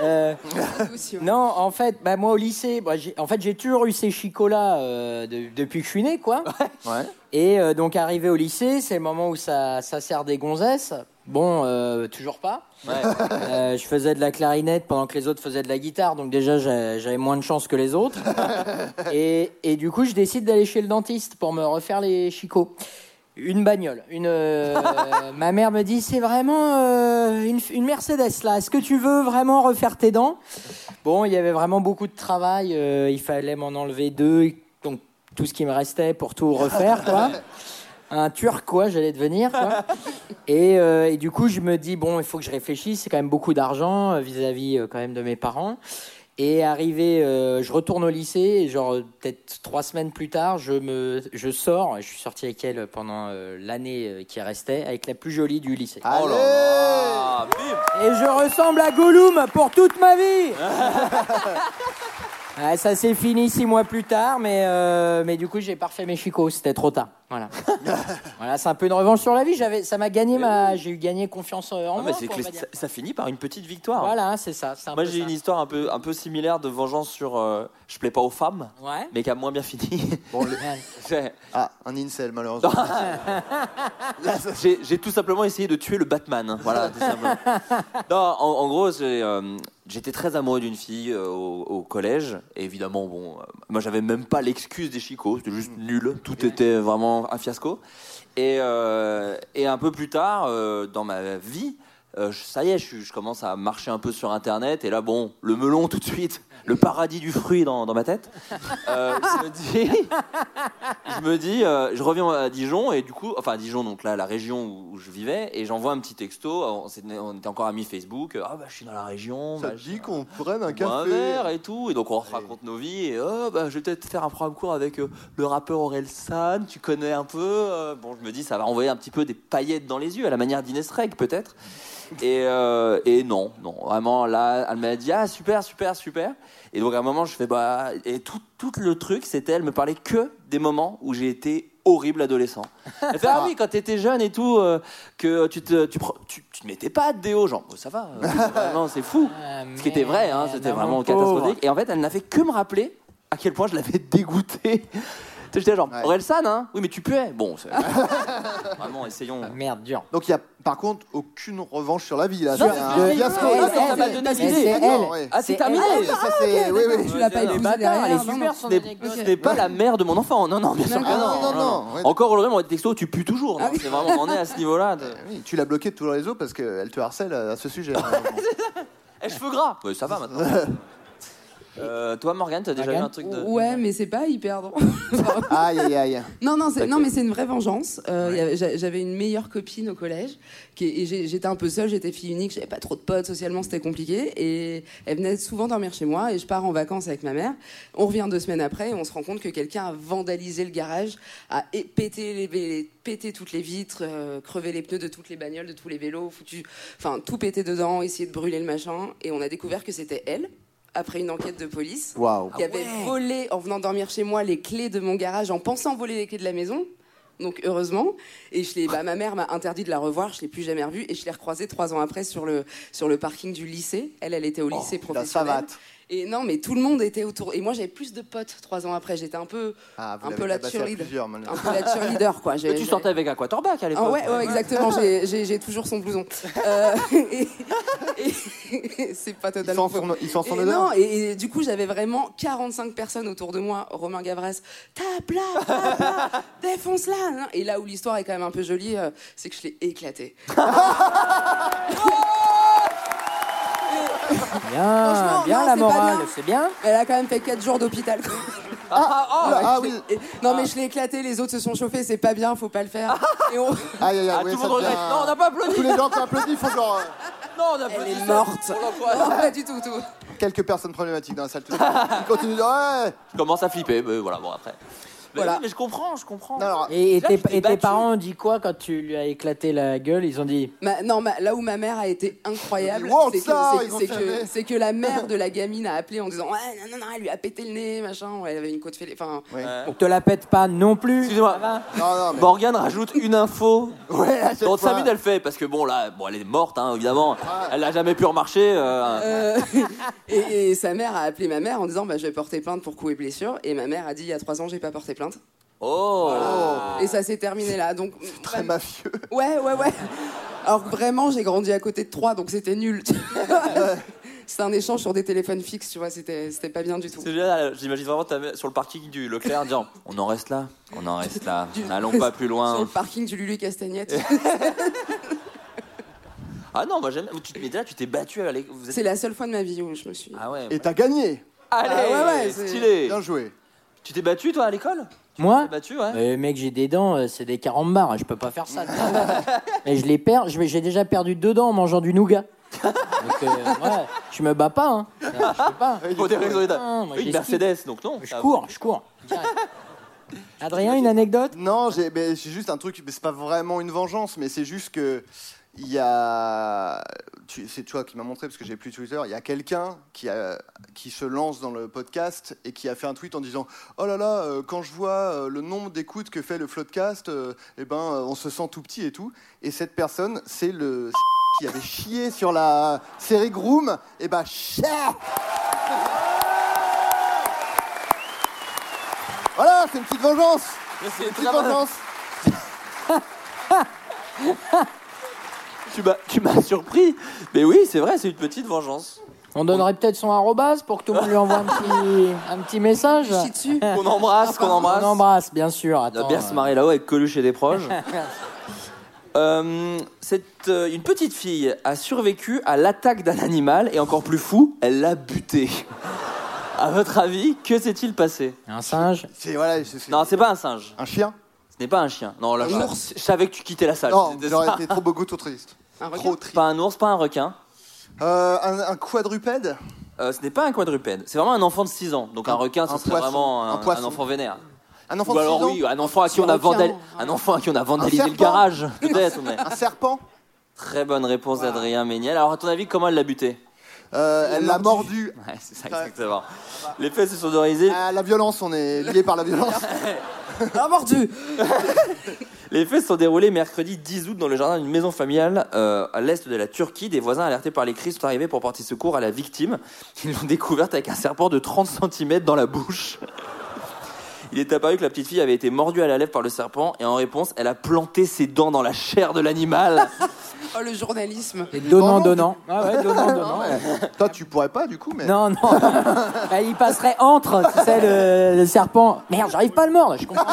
Speaker 10: Euh,
Speaker 9: Aussi, ouais.
Speaker 10: Non, en fait, bah, moi au lycée, bah, j'ai- en fait, j'ai toujours eu ces chicots-là euh, de- depuis que je suis né, quoi.
Speaker 7: Ouais.
Speaker 10: Et euh, donc, arrivé au lycée, c'est le moment où ça, ça sert des gonzesses. Bon, euh, toujours pas. Euh, je faisais de la clarinette pendant que les autres faisaient de la guitare, donc déjà j'a- j'avais moins de chance que les autres. et, et du coup, je décide d'aller chez le dentiste pour me refaire les chicots. Une bagnole. Une, euh, ma mère me dit c'est vraiment euh, une, une Mercedes là. Est-ce que tu veux vraiment refaire tes dents Bon, il y avait vraiment beaucoup de travail. euh, il fallait m'en enlever deux, donc tout ce qui me restait pour tout refaire, quoi. un turquois, j'allais devenir. quoi. Et, euh, et du coup, je me dis, bon, il faut que je réfléchisse, c'est quand même beaucoup d'argent euh, vis-à-vis euh, quand même de mes parents. Et arrivé, euh, je retourne au lycée, et genre euh, peut-être trois semaines plus tard, je, me, je sors, je suis sorti avec elle pendant euh, l'année euh, qui restait, avec la plus jolie du lycée.
Speaker 7: Allez
Speaker 8: Ah, Oh bim
Speaker 10: Et je ressemble à Gollum pour toute ma vie Ah, Ça s'est fini six mois plus tard, mais, euh, mais du coup, j'ai parfait mes chicots. C'était trop tard. Voilà. voilà, c'est un peu une revanche sur la vie. J'avais, ça m'a gagné ma, j'ai eu gagné confiance euh, en
Speaker 8: Ah,
Speaker 10: moi.
Speaker 8: mais c'est
Speaker 10: quoi,
Speaker 8: que
Speaker 10: on va
Speaker 8: ça,
Speaker 10: dire.
Speaker 8: ça finit par une petite victoire.
Speaker 10: Voilà, hein, c'est ça. c'est un
Speaker 8: Moi,
Speaker 10: peu
Speaker 8: j'ai
Speaker 10: ça.
Speaker 8: une histoire un peu, un peu similaire de vengeance sur euh, je plais pas aux femmes,
Speaker 10: Ouais.
Speaker 8: mais qui a moins bien fini.
Speaker 7: Bon, le-
Speaker 10: Ouais.
Speaker 8: J'ai-
Speaker 7: Ah, un incel, malheureusement.
Speaker 8: J'ai j'ai tout simplement essayé de tuer le Batman. hein. Voilà, tout simplement. Non, en, en gros, j'ai, euh, j'étais très amoureux d'une fille euh, au, au collège. Et évidemment, bon, euh, moi, j'avais même pas l'excuse des chicots. C'était juste nul. Tout était vraiment un fiasco. Et, euh, et un peu plus tard, euh, dans ma vie, euh, je- ça y est, je, suis- je commence à marcher un peu sur Internet. Et là, bon, le melon tout de suite, le paradis du fruit dans, dans ma tête. Euh, je me dis, je me dis, euh, je reviens à Dijon et du coup, enfin à Dijon, donc là, la région où, où je vivais, et j'envoie un petit texto. On, s'est- on était encore amis Facebook. Ah bah je suis dans la région.
Speaker 7: Ça
Speaker 8: bah,
Speaker 7: te
Speaker 8: je-
Speaker 7: dit qu'on prenne
Speaker 8: bois
Speaker 7: un
Speaker 8: un
Speaker 7: café
Speaker 8: verre et tout. Et donc on se raconte nos vies. Et oh, bah, je vais peut-être faire un programme court avec euh, le rappeur Aurel San. Tu connais un peu. euh, bon, je me dis, ça va envoyer un petit peu des paillettes dans les yeux, à la manière d'Inès Reg, peut-être. Et, euh, et non, non, vraiment là, elle m'a dit ah super, super, super. Et donc à un moment, je fais bah et tout, tout le truc, c'était elle me parlait que des moments où j'ai été horrible adolescent. Elle fait ah oui, quand t'étais jeune et tout, euh, que tu te, tu, pre- tu, tu te mettais pas de déo, genre Oh, ça va, euh, vraiment c'est fou.
Speaker 10: Ah,
Speaker 8: Ce qui était vrai, hein,
Speaker 10: merde,
Speaker 8: c'était
Speaker 10: ah, mon
Speaker 8: vraiment
Speaker 10: pauvre.
Speaker 8: catastrophique. Et en fait, elle n'a fait que me rappeler à quel point je l'avais dégoûté. J'étais genre,
Speaker 7: Ouais.
Speaker 8: Orelsan, hein Oui, mais tu puais. Bon, c'est- vraiment, essayons.
Speaker 10: Ah, Merde, dur.
Speaker 7: Donc, il n'y a par contre aucune revanche sur la vie. Là.
Speaker 8: Non,
Speaker 7: C'est
Speaker 8: c'est
Speaker 7: un
Speaker 8: ce que j'ai dit,
Speaker 7: fiasco.
Speaker 8: ouais,
Speaker 7: Là,
Speaker 8: ouais,
Speaker 7: c'est-
Speaker 8: ça m'a donné
Speaker 7: c'est-
Speaker 10: l'idée.
Speaker 7: c'est-
Speaker 10: Elle.
Speaker 7: non, ouais.
Speaker 8: Ah, c'est terminé
Speaker 7: Ah, ça, c'est. Oui, oui.
Speaker 9: Tu l'as pas
Speaker 8: les
Speaker 9: épousé
Speaker 8: bâtards,
Speaker 9: derrière.
Speaker 8: les
Speaker 9: non, non.
Speaker 10: super, son
Speaker 8: Ce n'est-
Speaker 10: anecdote.
Speaker 8: ce n'est pas la mère de mon enfant. Non, non, bien sûr. que
Speaker 7: Ah, non, non, non. Ouais.
Speaker 8: Encore aujourd'hui, on dit texto, tu pues toujours. non, C'est vraiment, on en est à ce niveau-là. de-
Speaker 7: Oui, tu l'as bloqué de tous les réseaux parce qu'elle te harcèle à à ce sujet. hein,
Speaker 8: Eh, cheveux gras. Ouais, ça va maintenant. Euh, toi, Morgane, t'as déjà eu
Speaker 10: Morgane
Speaker 8: un truc de.
Speaker 9: Ouais, mais c'est pas hyper drôle.
Speaker 7: aïe, aïe, aïe.
Speaker 9: Non, non, c'est-
Speaker 8: D'accord.
Speaker 9: non mais c'est une vraie vengeance. Euh, y avait- j'a- j'avais une meilleure copine au collège, qui, et j'ai- j'étais un peu seule, j'étais fille unique, j'avais pas trop de potes, socialement c'était compliqué, et elle venait souvent dormir chez moi, et je pars en vacances avec ma mère. On revient deux semaines après, et on se rend compte que quelqu'un a vandalisé le garage, a é- pété, les, vé- pété toutes les vitres, euh, crevé les pneus de toutes les bagnoles, de tous les vélos, foutu, enfin tout pété dedans, essayé de brûler le machin, et on a découvert que c'était elle, après une enquête de police
Speaker 7: Waouh.
Speaker 9: qui avait volé en venant dormir chez moi les clés de mon garage en pensant voler les clés de la maison. Donc heureusement, et je l'ai, bah, ma mère m'a interdit de la revoir, je l'ai plus jamais revue, et je l'ai recroisée trois ans après sur le sur le parking du lycée. Elle, elle était au lycée
Speaker 7: Oh, La
Speaker 9: professionnel.
Speaker 7: savate.
Speaker 9: Et non, mais tout le monde était autour. Et moi, j'avais plus de potes trois ans après. J'étais un peu
Speaker 7: Ah, vous
Speaker 9: Un
Speaker 7: l'avez
Speaker 9: peu la
Speaker 7: tabassé à
Speaker 9: cheerleader.
Speaker 7: plusieurs,
Speaker 9: un
Speaker 7: malheureusement.
Speaker 9: peu la cheerleader quoi. J'ai-
Speaker 8: Mais tu
Speaker 9: j'ai-
Speaker 8: sortais avec un quarterback à l'époque.
Speaker 9: ah ouais, ouais, exactement. J'ai- J'ai j'ai toujours son blouson. Euh, et- et- c'est pas
Speaker 7: Ils
Speaker 9: totalement.
Speaker 7: s'en sont, ils s'en sont
Speaker 9: Et
Speaker 7: dedans.
Speaker 9: non, et, et du coup, j'avais vraiment 45 personnes autour de moi. Romain Gavras, tape-la, tape-la, défonce-la. Et là où l'histoire est quand même un peu jolie, euh, c'est que je l'ai éclaté.
Speaker 10: Bien,
Speaker 9: Franchement,
Speaker 10: bien
Speaker 9: non,
Speaker 10: la
Speaker 9: c'est pas
Speaker 10: morale,
Speaker 9: bien.
Speaker 10: c'est bien.
Speaker 9: Elle a quand même fait 4 jours d'hôpital. quoi.
Speaker 7: Ah, ah Ah, oui.
Speaker 9: Et- non, mais je l'ai éclaté, les autres se sont chauffés, c'est pas bien, faut pas le faire. Et on-
Speaker 7: Aïe, aïe, aïe.
Speaker 8: Ah,
Speaker 7: oui,
Speaker 8: tout le
Speaker 7: ça
Speaker 8: monde regrette.
Speaker 7: devient-
Speaker 8: Non, on n'a pas applaudi.
Speaker 7: Tous les gens qui applaudissent, il faut genre
Speaker 8: Non, on
Speaker 7: Ah,
Speaker 8: applaudit.
Speaker 9: Elle est morte. Non, pas du tout, tout.
Speaker 7: euh, quelques personnes problématiques dans la salle. tout de suite. Ils continuent de ouais.
Speaker 8: Je commence à flipper. Mais voilà, bon, après. Mais,
Speaker 9: Voilà.
Speaker 8: oui, mais je comprends, je comprends.
Speaker 7: Non, alors,
Speaker 10: Et, et
Speaker 8: Là,
Speaker 10: tes,
Speaker 8: tu t'es
Speaker 10: et tes
Speaker 8: battu.
Speaker 10: parents ont dit quoi quand tu lui as éclaté la gueule Ils ont dit
Speaker 9: Ma- non, ma- là où ma mère a été incroyable,
Speaker 7: Ils ont dit,
Speaker 9: c'est que,
Speaker 7: Wow, ça,
Speaker 9: c'est-
Speaker 7: ils ont
Speaker 9: c'est
Speaker 7: fermé.
Speaker 9: que- c'est que la mère de la gamine a appelé en disant Ouais, non, non, non, elle lui a pété le nez, machin. Ouais, elle avait une côte fêlée. Enfin,
Speaker 7: Ouais.
Speaker 10: On te la pète pas non plus.
Speaker 8: Excusez-moi.
Speaker 10: ça va
Speaker 7: non, non, mais.
Speaker 8: Morgane rajoute une info.
Speaker 7: Ouais, à chaque
Speaker 8: Dans
Speaker 7: fois.
Speaker 8: 5 minutes, elle fait. Parce que bon, là, bon, elle est morte, hein, évidemment. Elle n'a jamais pu remarcher. euh,
Speaker 9: Et, et sa mère a appelé ma mère en disant bah, Je vais porter plainte pour coups et blessures. Et ma mère a dit Il y a trois ans, j'ai pas porté plainte.
Speaker 8: Oh
Speaker 9: Et ça s'est terminé là. Donc,
Speaker 7: Très
Speaker 9: bah,
Speaker 7: mafieux.
Speaker 9: ouais, ouais, ouais. Alors que vraiment, j'ai grandi à côté de trois, donc c'était nul. tu vois.
Speaker 7: Ah
Speaker 9: c'était un échange sur des téléphones fixes, tu vois, c'était c'était pas bien du tout.
Speaker 8: C'est génial, j'imagine vraiment ta mère sur le parking du Leclerc disant On en reste là On en reste là, n'allons pas plus
Speaker 9: Sur le
Speaker 8: loin.
Speaker 9: parking du Lulu Castagnette.
Speaker 8: Ah non, moi j'aime. Tu, mais là, tu t'es battu avec. Vous
Speaker 9: C'est
Speaker 8: êtes...
Speaker 9: la seule fois de ma vie où je me suis.
Speaker 8: Ah ouais.
Speaker 7: Et t'as gagné.
Speaker 8: Allez,
Speaker 9: Ah ouais, ouais, c'est-
Speaker 8: stylé
Speaker 7: Bien joué.
Speaker 8: Tu t'es battu toi à l'école
Speaker 10: Moi
Speaker 8: battu, ouais.
Speaker 10: Euh, mec, j'ai des dents, euh, c'est des carambars, je peux pas faire ça. Et je les perds, je- j'ai déjà perdu deux dents en mangeant du nougat. Donc, euh, ouais, je me bats pas, hein. Je peux pas.
Speaker 8: Pour des raisons d'état.
Speaker 10: Ah, moi,
Speaker 8: Une
Speaker 10: j'ai
Speaker 8: Mercedes, donc non.
Speaker 10: Je
Speaker 8: Ah,
Speaker 10: cours, je cours. direct. Adrien, une anecdote
Speaker 7: Non, j'ai mais c'est juste un truc, mais c'est pas vraiment une vengeance, mais c'est juste que il y a tu- c'est toi qui m'as montré parce que j'ai plus Twitter, il y a quelqu'un qui a qui se lance dans le podcast et qui a fait un tweet en disant "Oh là là, euh, quand je vois euh, le nombre d'écoutes que fait le Floodcast, euh, eh ben euh, on se sent tout petit et tout." Et cette personne, c'est le qui avait chié sur la série Groom, et ben chia Voilà, c'est une petite vengeance. C'est une petite vengeance.
Speaker 8: Tu m'as- tu m'as surpris. Mais oui, c'est vrai, c'est une petite vengeance.
Speaker 10: On donnerait peut-être son arrobase pour que tout le monde lui envoie un petit, un petit message.
Speaker 9: Je chie dessus.
Speaker 8: Qu'on embrasse, qu'on embrasse.
Speaker 10: On embrasse, bien sûr.
Speaker 8: On a
Speaker 10: Attends, euh.
Speaker 8: bien se marrer là-haut avec Coluche et des proches. Euh, cette, euh, une petite fille a survécu à l'attaque d'un animal et encore plus fou, elle l'a buté. À votre avis, que s'est-il passé
Speaker 10: euh, un singe.
Speaker 7: C'est voilà, c'est c'est-
Speaker 8: Non, c'est pas un singe.
Speaker 7: un chien.
Speaker 8: Ce n'est pas un chien. Non, là, je, je savais que tu quittais la salle.
Speaker 7: Non,
Speaker 8: C'était
Speaker 7: j'aurais
Speaker 8: ça.
Speaker 7: été trop beaucoup trop triste.
Speaker 9: Un requin
Speaker 7: Trop triste.
Speaker 8: Pas un ours, pas un requin.
Speaker 7: Euh, un, un quadrupède.
Speaker 8: Euh, ce n'est pas un quadrupède. C'est vraiment un enfant de 6 ans. Donc un requin, ce
Speaker 7: un
Speaker 8: serait
Speaker 7: poisson.
Speaker 8: vraiment
Speaker 7: Un
Speaker 8: un,
Speaker 7: poisson.
Speaker 8: un enfant vénère.
Speaker 7: Un enfant
Speaker 8: Ou
Speaker 7: de
Speaker 8: alors
Speaker 7: six ans.
Speaker 8: oui, un enfant à qui
Speaker 9: Sur
Speaker 8: on a
Speaker 9: le tien,
Speaker 8: vandalisé,
Speaker 9: ouais.
Speaker 8: un enfant à qui on a vandalisé le
Speaker 7: serpent.
Speaker 8: garage, peut-être. mais-
Speaker 7: Un serpent.
Speaker 8: Très bonne réponse d'Adrien Méniel. Alors à ton avis, comment elle l'a buté
Speaker 7: Euh, elle l'a mordu.
Speaker 8: Ouais, c'est ça exactement. Les faits se sont organisés.
Speaker 7: À la violence, on est lié par la violence.
Speaker 9: Ah, mordu
Speaker 8: Les faits se sont déroulés mercredi 10 août dans le jardin d'une maison familiale euh, à l'est de la Turquie. Des voisins alertés par les cris sont arrivés pour porter secours à la victime. Ils l'ont découverte avec un serpent de 30 cm dans la bouche. Il est apparu que la petite fille avait été mordue à la lèvre par le serpent et en réponse, elle a planté ses dents dans la chair de l'animal.
Speaker 9: Oh, le journalisme.
Speaker 10: Donnant, donnant. Ah ouais, donnant, donnant.
Speaker 7: Toi, tu pourrais pas du coup, mais.
Speaker 10: Non, non. Bah, il passerait entre, tu sais, le, le serpent. Merde, j'arrive pas à le mordre, je comprends.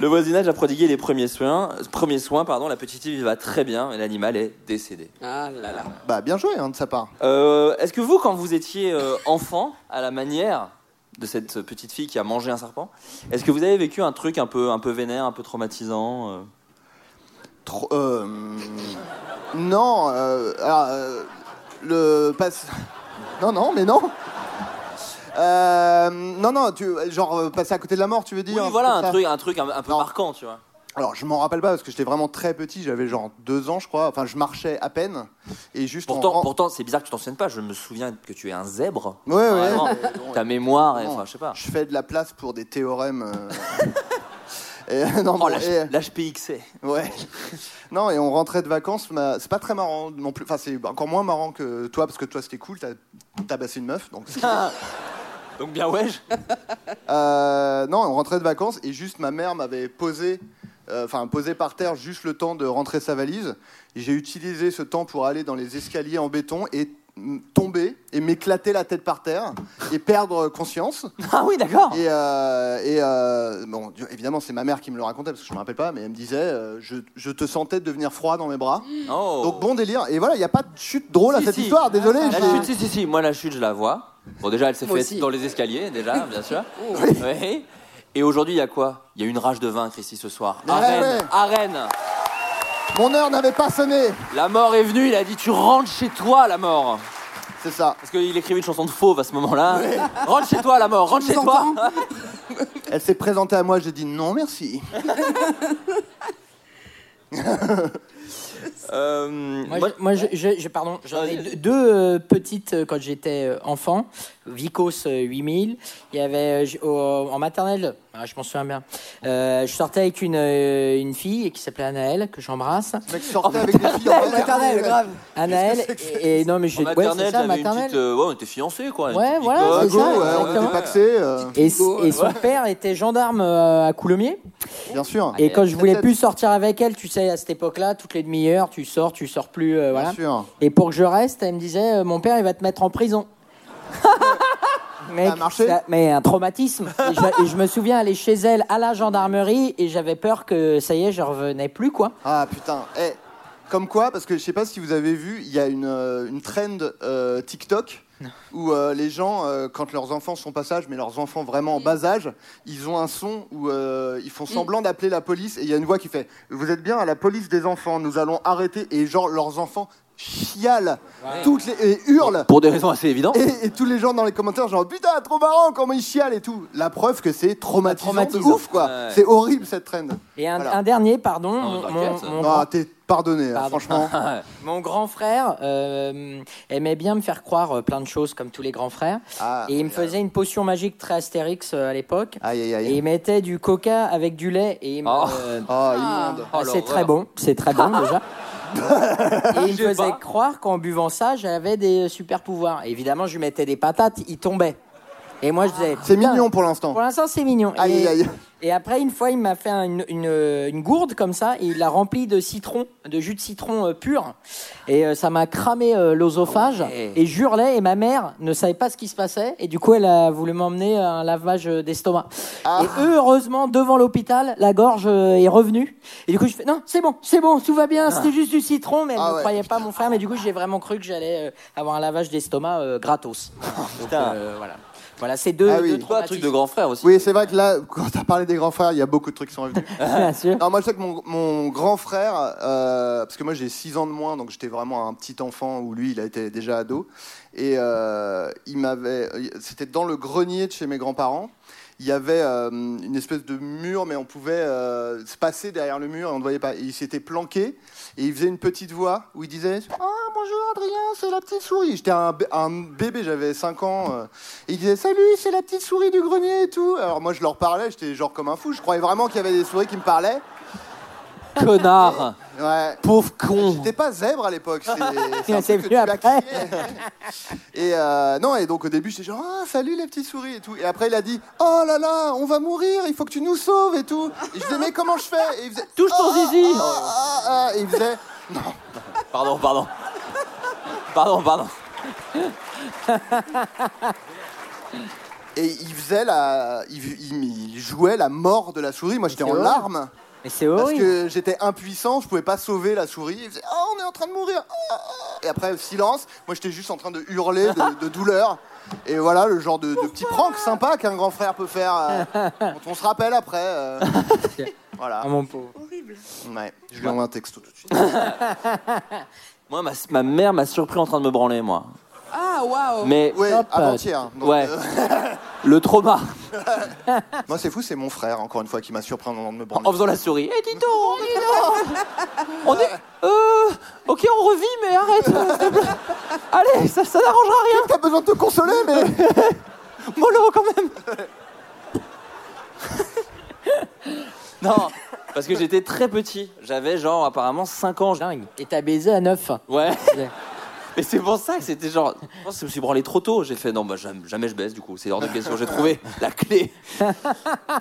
Speaker 8: Le voisinage a prodigué les premiers soins. euh, Premiers soins pardon, la petite fille va très bien et l'animal est décédé.
Speaker 9: Ah là là.
Speaker 7: Bah bien joué hein, de sa part.
Speaker 8: Euh, Est-ce que vous, quand vous étiez euh, enfant, à la manière de cette petite fille qui a mangé un serpent, est-ce que vous avez vécu un truc un peu, un peu vénère, un peu traumatisant euh
Speaker 7: Trop- euh, hum, Non. euh, alors, euh, le passe. Non, non, mais non. Euh, non, non, tu, genre euh, passer à côté de la mort, tu veux
Speaker 8: Oui,
Speaker 7: dire
Speaker 8: voilà,
Speaker 7: comme
Speaker 8: un
Speaker 7: ça.
Speaker 8: truc, un truc un, un peu marquant, tu vois.
Speaker 7: Alors, je m'en rappelle pas parce que j'étais vraiment très petit, j'avais genre deux ans, je crois. Enfin, je marchais à peine. Et juste. en
Speaker 8: Pourtant,
Speaker 7: ran-
Speaker 8: pourtant c'est bizarre que tu t'en souviennes pas. Je me souviens que tu es un zèbre.
Speaker 7: Ouais, ouais.
Speaker 8: Vraiment.
Speaker 7: Mais bon,
Speaker 8: Ta mémoire, est-
Speaker 7: Non.
Speaker 8: enfin, je sais pas.
Speaker 7: Je fais de la place pour des théorèmes. euh, et, non,
Speaker 8: Oh,
Speaker 7: bon,
Speaker 8: l'H-
Speaker 7: et- euh,
Speaker 8: l'HPXC.
Speaker 7: ouais. non, et on rentrait de vacances. ma- C'est pas très marrant non plus. Enfin, c'est encore moins marrant que toi parce que toi c'était cool. T'as tabassé une meuf. Donc,
Speaker 8: Donc, bien, ouais. je-
Speaker 7: Euh, non, on rentrait de vacances et juste ma mère m'avait posé, euh, enfin posé par terre juste le temps de rentrer sa valise. Et J'ai utilisé ce temps pour aller dans les escaliers en béton et mm, tomber et m'éclater la tête par terre et perdre conscience.
Speaker 8: Ah oui, d'accord.
Speaker 7: Et, euh, et, euh, bon, du- évidemment, c'est ma mère qui me le racontait parce que je me rappelle pas, mais elle me disait euh, je, je te sentais devenir froid dans mes bras.
Speaker 8: Oh.
Speaker 7: Donc bon délire. Et voilà, il n'y a pas de chute drôle à
Speaker 8: Si,
Speaker 7: cette
Speaker 8: si.
Speaker 7: histoire, désolé.
Speaker 8: La
Speaker 7: j'ai-
Speaker 8: chute, si, si, si, moi la chute, je la vois. Bon, déjà, elle s'est
Speaker 9: Moi
Speaker 8: faite
Speaker 9: aussi.
Speaker 8: dans les escaliers, déjà, bien sûr. Oui. Et aujourd'hui, il y a quoi Il y a une rage de vaincre ici ce soir.
Speaker 7: Ouais,
Speaker 8: À Rennes,
Speaker 7: ouais.
Speaker 8: à Rennes.
Speaker 7: Mon heure n'avait pas sonné.
Speaker 8: La mort est venue, il a dit Tu rentres chez toi, la mort.
Speaker 7: C'est ça.
Speaker 8: Parce qu'il écrivait une chanson de fauve à ce moment-là. Rentre chez toi, la mort, rentre chez toi.
Speaker 7: Elle s'est présentée à moi, j'ai dit non merci.
Speaker 8: Euh,
Speaker 10: Moi,
Speaker 8: moi-
Speaker 10: je- moi, je, je- je- pardon, j'en ai deux, deux, euh, petites euh, quand j'étais euh, enfant. Vicos euh, 8000. Il y avait euh, j- au- en maternelle, ah, je m'en souviens bien. Euh, je sortais avec une, euh, une fille qui s'appelait Anaëlle que j'embrasse.
Speaker 7: Le mec sortait avec des filles en maternelle, grave.
Speaker 10: Anaëlle et, et- non mais je
Speaker 8: en
Speaker 10: ouais,
Speaker 8: maternelle,
Speaker 10: c'est ça,
Speaker 8: j'avais une
Speaker 10: maternelle.
Speaker 8: petite. euh, ouais, on était fiancés, quoi. Une
Speaker 10: Ouais,
Speaker 8: petite
Speaker 10: voilà,
Speaker 8: bicoque,
Speaker 10: c'est
Speaker 7: Ah, Go,
Speaker 10: ça,
Speaker 7: ouais,
Speaker 8: euh,
Speaker 7: on
Speaker 10: exactement.
Speaker 7: était paxés, euh,
Speaker 10: Et, s- et son père était gendarme euh, à Coulommiers.
Speaker 7: bien sûr.
Speaker 10: Et quand je voulais
Speaker 7: Peut-être.
Speaker 10: plus sortir avec elle, tu sais, à cette époque-là, toutes les demi-heures, tu sors, tu sors plus, euh, voilà.
Speaker 7: Bien sûr.
Speaker 10: Et pour que je reste, elle me disait, euh, mon père, il va te mettre en prison. Mec,
Speaker 7: Ça a marché
Speaker 10: mais un traumatisme. Et je, et je me souviens aller chez elle à la gendarmerie et j'avais peur que ça y est, je revenais plus quoi.
Speaker 7: Ah putain. Eh, Comme quoi, parce que je sais pas si vous avez vu, il y a une, euh, une trend euh, TikTok où euh, les gens, euh, quand leurs enfants sont pas sages, mais leurs enfants vraiment en bas âge, ils ont un son où euh, ils
Speaker 10: Mm.
Speaker 7: font semblant d'appeler la police et il y a une voix qui fait Vous êtes bien à la police des enfants, nous allons arrêter. Et genre, leurs enfants chialent toutes les, et hurlent.
Speaker 8: Pour des raisons assez évidentes.
Speaker 7: Et, et tous les gens dans les commentaires, genre putain, trop marrant, comment ils chialent et tout. La preuve que c'est traumatisant, de
Speaker 10: Traumatisant.
Speaker 7: ouf quoi.
Speaker 8: Ouais.
Speaker 7: C'est horrible cette trend.
Speaker 10: Et un,
Speaker 7: Voilà.
Speaker 10: un dernier, pardon. mon-
Speaker 8: t'inquiète.
Speaker 10: mon- mon grand-
Speaker 7: Ah, t'es pardonné, hein,
Speaker 10: Pardon.
Speaker 7: franchement.
Speaker 10: Mon grand frère euh, aimait bien me faire croire euh, plein de choses, comme tous les grands frères.
Speaker 7: Ah,
Speaker 10: et il me faisait une potion magique très Astérix euh, à l'époque.
Speaker 7: Aïe aïe
Speaker 10: Et
Speaker 7: aïe.
Speaker 10: il mettait du coca avec du lait. Et il me,
Speaker 8: Oh.
Speaker 10: euh,
Speaker 7: Oh, immonde.
Speaker 10: ah, c'est
Speaker 8: l'horreur.
Speaker 10: très bon, c'est très bon déjà. et il me
Speaker 8: Je sais
Speaker 10: faisait
Speaker 8: pas.
Speaker 10: croire qu'en buvant ça, j'avais des super pouvoirs. Évidemment, je lui mettais des patates, il tombait. Et moi, je disais.
Speaker 7: C'est
Speaker 10: Putain,
Speaker 7: mignon pour l'instant.
Speaker 10: Pour l'instant, c'est mignon.
Speaker 7: Aïe,
Speaker 10: et,
Speaker 7: aïe, aïe.
Speaker 10: et après, une fois, il m'a fait un- une, une, une gourde comme ça et il l'a remplie de citron, de jus de citron euh, pur. Et euh, ça m'a cramé euh, l'osophage.
Speaker 7: Ah
Speaker 10: Et j'hurlais et ma mère ne savait pas ce qui se passait. Et du coup, elle a voulu m'emmener à un lavage euh, d'estomac.
Speaker 7: Ah.
Speaker 10: Et heureusement, devant l'hôpital, la gorge euh, est revenue. Et du coup, je fais non, c'est bon, c'est bon, tout va bien, c'était juste du citron. Mais elle
Speaker 7: Ah
Speaker 10: ne
Speaker 7: ouais,
Speaker 10: croyait pas, mon frère. Mais du coup, j'ai vraiment cru que j'allais euh, avoir un lavage d'estomac euh, gratos. Donc, euh, voilà. Voilà, c'est deux,
Speaker 7: Ah oui.
Speaker 10: deux
Speaker 8: Pas un truc de grand frère aussi.
Speaker 7: Oui, c'est vrai que là, quand t'as parlé des grands frères, il y a beaucoup de trucs qui sont revenus.
Speaker 10: Bien sûr.
Speaker 7: Non, moi, je sais que mon, mon grand frère, euh, parce que moi j'ai 6 ans de moins, donc j'étais vraiment un petit enfant où lui, il a été déjà ado. Et euh, il m'avait. C'était dans le grenier de chez mes grands-parents. Il y avait euh, une espèce de mur, mais on pouvait euh, se passer derrière le mur et on ne voyait pas. Et il s'était planqué et il faisait une petite voix où il disait Ah, bonjour Adrien, c'est la petite souris. J'étais un, bé- un bébé, j'avais 5 ans. euh, et il disait Salut, c'est la petite souris du grenier et tout. Alors moi, je leur parlais, j'étais genre comme un fou. Je croyais vraiment qu'il y avait des souris qui me parlaient.
Speaker 8: Connard.
Speaker 7: Ouais.
Speaker 8: Pauvre con.
Speaker 7: J'étais pas zèbre à l'époque. C'est c'est un
Speaker 10: C'est
Speaker 7: truc que
Speaker 10: venu
Speaker 7: tu as
Speaker 10: après.
Speaker 7: créé. Et euh, non, et donc au début, j'étais genre, ah, salut les petites souris et tout. Et après, il a dit, oh là là, on va mourir, il faut que tu nous sauves et tout. Et je disais, mais comment je fais et il faisait,
Speaker 10: Touche ton
Speaker 7: Ah,
Speaker 10: zizi.
Speaker 7: ah, ah, ah. Et il faisait,
Speaker 8: Pardon, pardon. Pardon, pardon.
Speaker 7: et il faisait la. Il, il- il jouait la mort de la souris. Moi, j'étais
Speaker 10: C'est
Speaker 7: en
Speaker 10: horrible.
Speaker 7: larmes.
Speaker 10: Mais c'est
Speaker 7: Parce
Speaker 10: horrible.
Speaker 7: que j'étais impuissant, je pouvais pas sauver la souris. Il faisait, oh, on est en train de mourir. Ah, ah. Et après, silence. Moi, j'étais juste en train de hurler de, de douleur. Et voilà le genre de, de petit prank sympa qu'un grand frère peut faire. euh, dont on se rappelle après. euh. voilà.
Speaker 10: Ah, mon pauvre.
Speaker 9: Horrible.
Speaker 7: Ouais, je lui envoie un texto tout de suite.
Speaker 8: Moi, ma, ma mère m'a surpris en train de me branler, moi.
Speaker 9: Ah, waouh.
Speaker 8: Mais
Speaker 7: Ouais,
Speaker 10: Hop,
Speaker 7: avant-hier. Donc,
Speaker 8: ouais,
Speaker 7: euh,
Speaker 8: le trauma
Speaker 7: moi, c'est fou, c'est mon frère, encore une fois, qui m'a surpris en train de me branler.
Speaker 8: en faisant la souris. Eh, dis donc, dis donc. On est. Euh. Ok, on revit, mais arrête. euh, s'il te plaît. Allez, ça, ça n'arrangera rien.
Speaker 7: T'as besoin de te consoler, mais.
Speaker 8: Mollo quand même Non, parce que j'étais très petit. J'avais genre apparemment 5 ans. je-
Speaker 10: Dingue. Et t'as baisé à neuf.
Speaker 8: Ouais. Mais c'est pour ça que c'était genre. Je pense que je me suis branlé trop tôt. J'ai fait non, bah jamais, jamais je baisse du coup. C'est hors de question. J'ai trouvé la clé.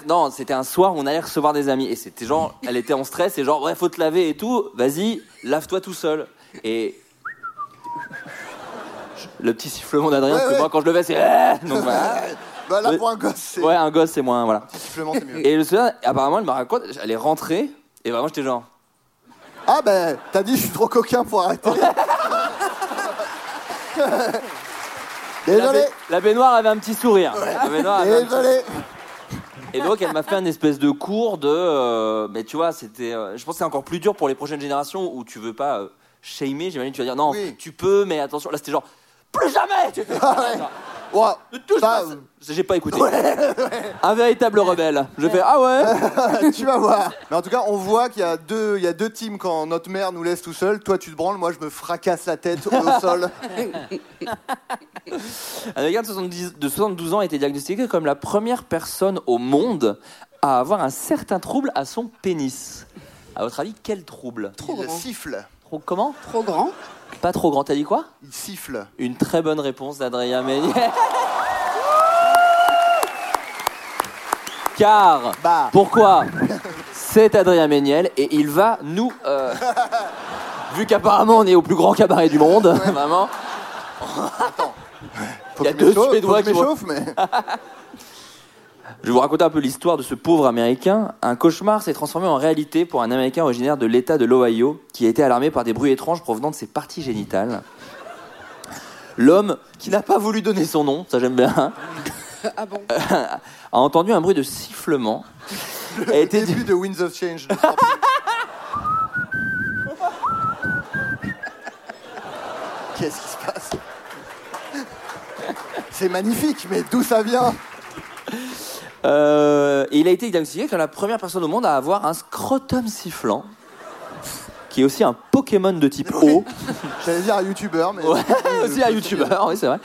Speaker 8: Non, c'était un soir où on allait recevoir des amis. Et c'était genre, elle était en stress et genre, ouais, faut te laver et tout. Vas-y, lave-toi tout seul. Et. Le petit sifflement d'Adrien,
Speaker 7: Ouais,
Speaker 8: parce que
Speaker 7: ouais.
Speaker 8: moi quand je le fais, c'est. Eh Donc voilà.
Speaker 7: Bah, là,
Speaker 8: Ouais.
Speaker 7: pour un gosse, c'est.
Speaker 8: Ouais, un gosse, c'est moins. Voilà.
Speaker 7: Sifflement, c'est mieux.
Speaker 8: Et le souvenir, apparemment, elle me raconte, elle est rentrée, et vraiment, j'étais genre.
Speaker 7: Ah, ben, t'as dit, je suis trop coquin pour arrêter.
Speaker 8: La,
Speaker 7: Désolé,
Speaker 8: ba- la Ah, baignoire avait un petit sourire. La baignoire avait un petit-
Speaker 7: désolé.
Speaker 8: Et donc, elle m'a fait un espèce de cours de. euh, mais tu vois, c'était. euh, je pense que c'est encore plus dur pour les prochaines générations où tu veux pas euh, shamer. J'imagine, tu vas dire non,
Speaker 7: Oui.
Speaker 8: tu peux, mais attention. Là, c'était genre. Plus jamais tu fais ça.
Speaker 7: Ouah,
Speaker 8: Ne touche
Speaker 7: ça,
Speaker 8: pas ça. J'ai pas écouté. Un véritable rebelle. Je fais ah ouais.
Speaker 7: tu vas voir. Mais en tout cas, on voit qu'il y a deux, il y a deux teams quand notre mère nous laisse tout seul. Toi, tu te branles, moi, je me fracasse la tête au sol.
Speaker 8: Un gars de, 70 de 72 ans a été diagnostiqué comme la première personne au monde à avoir un certain trouble à son pénis. À votre avis, quel trouble
Speaker 9: Trop
Speaker 7: il
Speaker 9: grand.
Speaker 7: siffle.
Speaker 8: Trop- Comment
Speaker 9: Trop grand.
Speaker 8: Pas trop grand, t'as dit quoi
Speaker 7: Il siffle.
Speaker 8: Une très bonne réponse d'Adrien Meunier. Car,
Speaker 7: Bah.
Speaker 8: pourquoi C'est Adrien Méniel et il va nous. euh, vu qu'apparemment on est au plus grand cabaret du monde, vraiment.
Speaker 7: Faut
Speaker 8: Il y a
Speaker 7: que je
Speaker 8: deux
Speaker 7: m'échauffe-
Speaker 8: Suédois
Speaker 7: faut que je
Speaker 8: qui vont-
Speaker 7: m'échauffe, mais.
Speaker 8: Je vais vous raconter un peu l'histoire de ce pauvre Américain. Un cauchemar s'est transformé en réalité pour un Américain originaire de l'État de l'Ohio qui a été alarmé par des bruits étranges provenant de ses parties génitales. L'homme, qui n'a pas voulu donner son nom, ça j'aime bien, hein,
Speaker 9: Ah bon
Speaker 7: Euh.
Speaker 8: a entendu un bruit de sifflement. a été
Speaker 7: Début de Winds of Change. Qu'est-ce qui se passe C'est magnifique, mais d'où ça vient
Speaker 8: Euh, et il a été diagnostiqué comme la première personne au monde à avoir un scrotum sifflant, qui est aussi un Pokémon de type O.
Speaker 7: J'allais dire un youtubeur, mais.
Speaker 8: Ouais, aussi un youtubeur, oui, c'est vrai.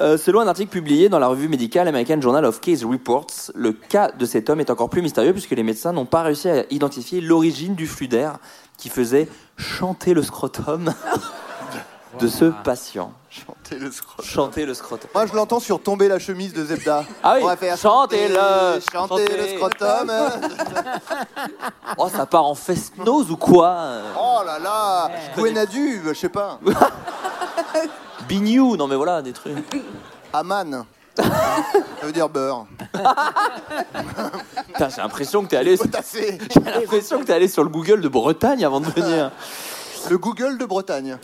Speaker 8: Euh, selon un article publié dans la revue médicale American Journal of Case Reports, le cas de cet homme est encore plus mystérieux puisque les médecins n'ont pas réussi à identifier l'origine du flux d'air qui faisait chanter le scrotum de ce patient.
Speaker 7: Chanter le scrotum.
Speaker 8: Chanter le scrotum.
Speaker 7: Moi, je l'entends sur tomber la chemise de Zebda.
Speaker 8: Ah oui,
Speaker 7: On va faire
Speaker 8: chantez-le,
Speaker 7: chanter
Speaker 8: chantez.
Speaker 7: le scrotum.
Speaker 8: Oh, ça part en fest-nose ou quoi euh,
Speaker 7: Oh là là, Gwenadu, je sais pas.
Speaker 8: Bignou, non mais voilà, des trucs.
Speaker 7: Aman. Ça veut dire beurre.
Speaker 8: Putain, j'ai l'impression que t'es allé.
Speaker 7: Potassé.
Speaker 8: J'ai l'impression que t'es allé sur le Google de Bretagne avant de venir.
Speaker 7: Le Google de Bretagne.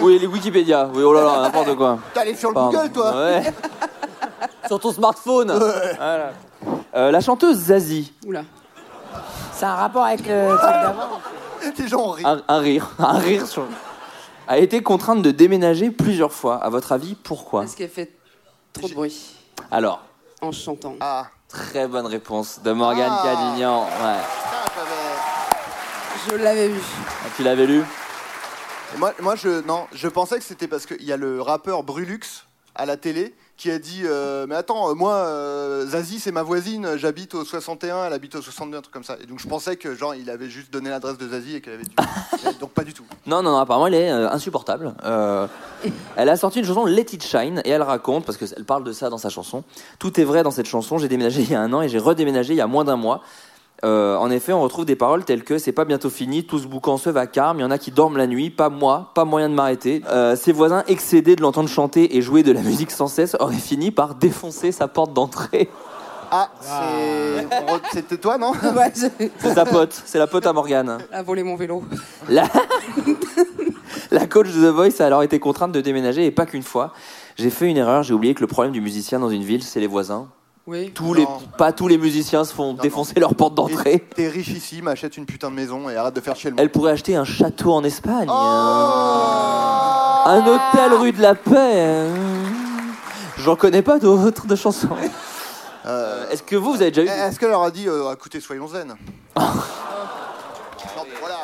Speaker 8: Oui, les Wikipédia. Oui, oh là là, n'importe quoi.
Speaker 7: T'es allé sur le
Speaker 8: Pardon.
Speaker 7: Google, toi
Speaker 8: Ouais. Sur ton smartphone. Voilà. Euh, la chanteuse Zazie.
Speaker 9: Oula.
Speaker 10: C'est un rapport avec le truc d'avant
Speaker 7: Les gens rient.
Speaker 8: Un, un rire, un rire sur. A été contrainte de déménager plusieurs fois. À votre avis, pourquoi
Speaker 9: Est-ce qu'elle fait trop de bruit
Speaker 8: Alors,
Speaker 9: en chantant
Speaker 7: Ah,
Speaker 8: très bonne réponse de Morgane
Speaker 7: Ah.
Speaker 8: Cadignan. Ouais.
Speaker 7: putain, j'avais-
Speaker 9: Je l'avais vu.
Speaker 8: Tu l'avais lu
Speaker 7: Moi, moi, je, non, je pensais que c'était parce qu'il y a le rappeur Brulux à la télé qui a dit euh, Mais attends, euh, moi, euh, Zazie, c'est ma voisine, j'habite au 61, elle habite au 62, un truc comme ça. Et donc je pensais que, genre, il avait juste donné l'adresse de Zazie et qu'elle avait dû. Mais donc pas du tout.
Speaker 8: Non, non, non, apparemment elle est euh, insupportable. Euh, elle a sorti une chanson Let It Shine et elle raconte, parce qu'elle parle de ça dans sa chanson, tout est vrai dans cette chanson, j'ai déménagé il y a un an et j'ai redéménagé il y a moins d'un mois. Euh, en effet, on retrouve des paroles telles que c'est pas bientôt fini, tout ce boucan se vacarme, il y en a qui dorment la nuit, pas moi, pas moyen de m'arrêter. Euh, ses voisins, excédés de l'entendre chanter et jouer de la musique sans cesse, auraient fini par défoncer sa porte d'entrée.
Speaker 7: Ah, c'est-
Speaker 8: Ah.
Speaker 7: on re- c'était toi, non
Speaker 9: Ouais, j'ai-
Speaker 8: C'est sa pote, c'est la pote à Morgane.
Speaker 9: Elle a volé mon vélo.
Speaker 8: La... la coach de The Voice a alors été contrainte de déménager et pas qu'une fois. J'ai fait une erreur, j'ai oublié que le problème du musicien dans une ville, c'est les voisins.
Speaker 9: Oui.
Speaker 8: Tous
Speaker 7: Non.
Speaker 8: les... Pas tous les musiciens se font défoncer leur porte
Speaker 7: Et
Speaker 8: d'entrée.
Speaker 7: T'es riche ici, m'achète une putain de maison et arrête de faire chier le monde.
Speaker 8: Elle pourrait acheter un château en Espagne.
Speaker 7: Oh
Speaker 8: Un hôtel rue de la paix. euh. J'en connais pas d'autres de chansons.
Speaker 7: Euh,
Speaker 8: Est-ce que vous, vous avez déjà
Speaker 7: Eh,
Speaker 8: eu...
Speaker 7: Est-ce qu'elle leur a dit euh, écoutez, soyons zen Non, voilà.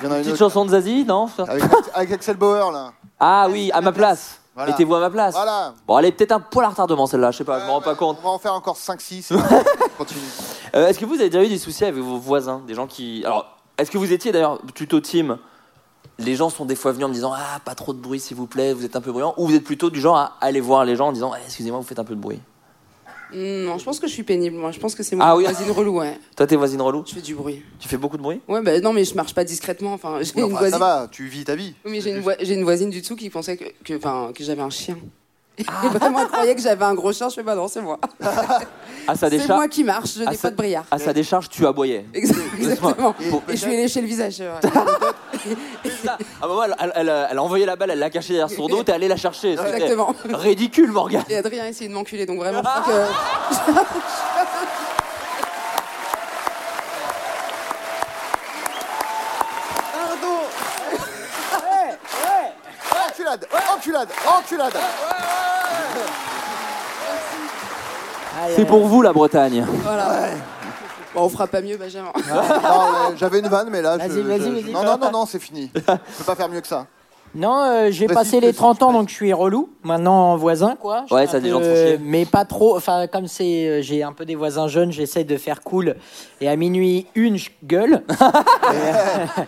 Speaker 7: Il y en a une
Speaker 8: Petite
Speaker 7: autre
Speaker 8: chanson de Zazie, non
Speaker 7: avec, Ax- avec Axel Bauer là.
Speaker 8: Ah oui, à ma place.
Speaker 7: Voilà.
Speaker 8: Mettez-vous à ma place.
Speaker 7: Voilà.
Speaker 8: Bon, elle est peut-être un poil à retardement celle-là, je sais pas, je me rends pas compte.
Speaker 7: On va en faire encore 5-6. Continue.
Speaker 8: Euh, est-ce que vous avez déjà eu des soucis avec vos voisins Des gens qui. Alors, est-ce que vous étiez d'ailleurs plutôt team Les gens sont des fois venus en me disant Ah, pas trop de bruit s'il vous plaît, vous êtes un peu bruyant. Ou vous êtes plutôt du genre à aller voir les gens en disant Eh, Excusez-moi, vous faites un peu de bruit.
Speaker 9: Hmm, Non, je pense que je suis pénible. Moi, je pense que c'est mon
Speaker 8: Ah oui.
Speaker 9: voisine relou. Ouais.
Speaker 8: Toi, t'es voisine relou
Speaker 9: Je fais du bruit.
Speaker 8: Tu fais beaucoup de bruit
Speaker 9: Ouais, bah non, mais je marche pas discrètement. Enfin, j'ai
Speaker 7: Oui,
Speaker 9: une
Speaker 7: enfin, ça
Speaker 9: voisine.
Speaker 7: va, tu vis ta vie.
Speaker 9: Oui, mais j'ai une, voi- j'ai une voisine du dessous qui pensait que, que, enfin, que j'avais un chien. Et vraiment, elle croyait que j'avais un gros chien. Je fais, bah non, c'est moi.
Speaker 8: À sa
Speaker 9: C'est
Speaker 8: décharge.
Speaker 9: moi qui marche, je
Speaker 8: Ah,
Speaker 9: n'ai
Speaker 8: ça-
Speaker 9: pas de briard.
Speaker 8: À sa décharge, tu aboyais.
Speaker 9: Exactement.
Speaker 7: Et
Speaker 9: Et je lui ai léché le visage. ouais.
Speaker 8: Ah, bah, ouais, elle, elle- elle a- elle a envoyé la balle, elle l'a cachée derrière son dos, t'es allé la chercher. C'était
Speaker 9: Exactement.
Speaker 8: Ridicule, Morgane.
Speaker 9: Et Adrien a essayé de m'enculer, donc vraiment, je crois que.
Speaker 7: Enculade, enculade, enculade.
Speaker 8: C'est pour vous, la Bretagne.
Speaker 9: Voilà. Bon, on fera pas mieux, Benjamin.
Speaker 7: Non, ouais, J'avais une vanne, mais là. je-
Speaker 10: Vas-y,
Speaker 7: je-
Speaker 10: vas-y,
Speaker 7: je-
Speaker 10: vas-y.
Speaker 7: Non, non, non, non, c'est fini. Je peux pas faire mieux que ça.
Speaker 10: Non, euh, j'ai
Speaker 8: Bah,
Speaker 7: Précise,
Speaker 10: passé les
Speaker 7: précise,
Speaker 10: 30 ans,
Speaker 7: précise.
Speaker 10: donc je suis relou. Maintenant, voisin, quoi. Je suis
Speaker 8: Ouais,
Speaker 10: un
Speaker 8: ça, les
Speaker 10: peu-
Speaker 8: gens te font chier.
Speaker 10: Mais pas trop. Enfin, comme c'est, euh, j'ai un peu des voisins jeunes, j'essaie de faire cool. Et à minuit, une, je gueule. et, euh,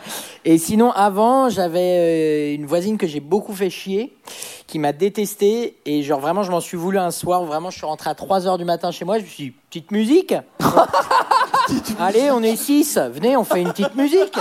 Speaker 10: et sinon, avant, j'avais euh, une voisine que j'ai beaucoup fait chier, qui m'a détesté. Et genre, vraiment, je m'en suis voulu un soir. où Vraiment, je suis rentré à 3 h du matin chez moi. Je me suis dit, petite musique. Allez, on est 6. Venez, on fait une petite musique.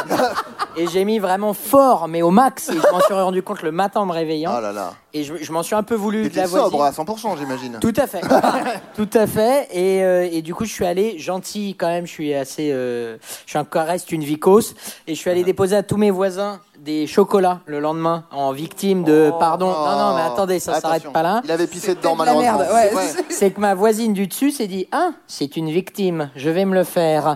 Speaker 10: Et j'ai mis vraiment fort, mais au max. Et je m'en suis rendu compte le matin en me réveillant.
Speaker 7: Ah là là.
Speaker 10: Et je, je m'en suis un peu voulu de la
Speaker 7: T'étais
Speaker 10: voisine.
Speaker 7: sobre hein. à 100%, j'imagine.
Speaker 10: Tout à fait. Tout à fait. Et, euh, et du coup, je suis allé, gentil quand même, je suis assez. euh, je suis encore reste une vicose. Et je suis allé déposer à tous mes voisins des chocolats le lendemain en victime de. pardon. Non, non, mais attendez, ça
Speaker 7: Oh. Attention.
Speaker 10: s'arrête pas là.
Speaker 7: Il avait pissé dedans,
Speaker 9: de la
Speaker 7: malheureusement.
Speaker 9: merde, ouais.
Speaker 10: C'est que ma voisine du dessus s'est dit Ah, c'est une victime, je vais me le faire.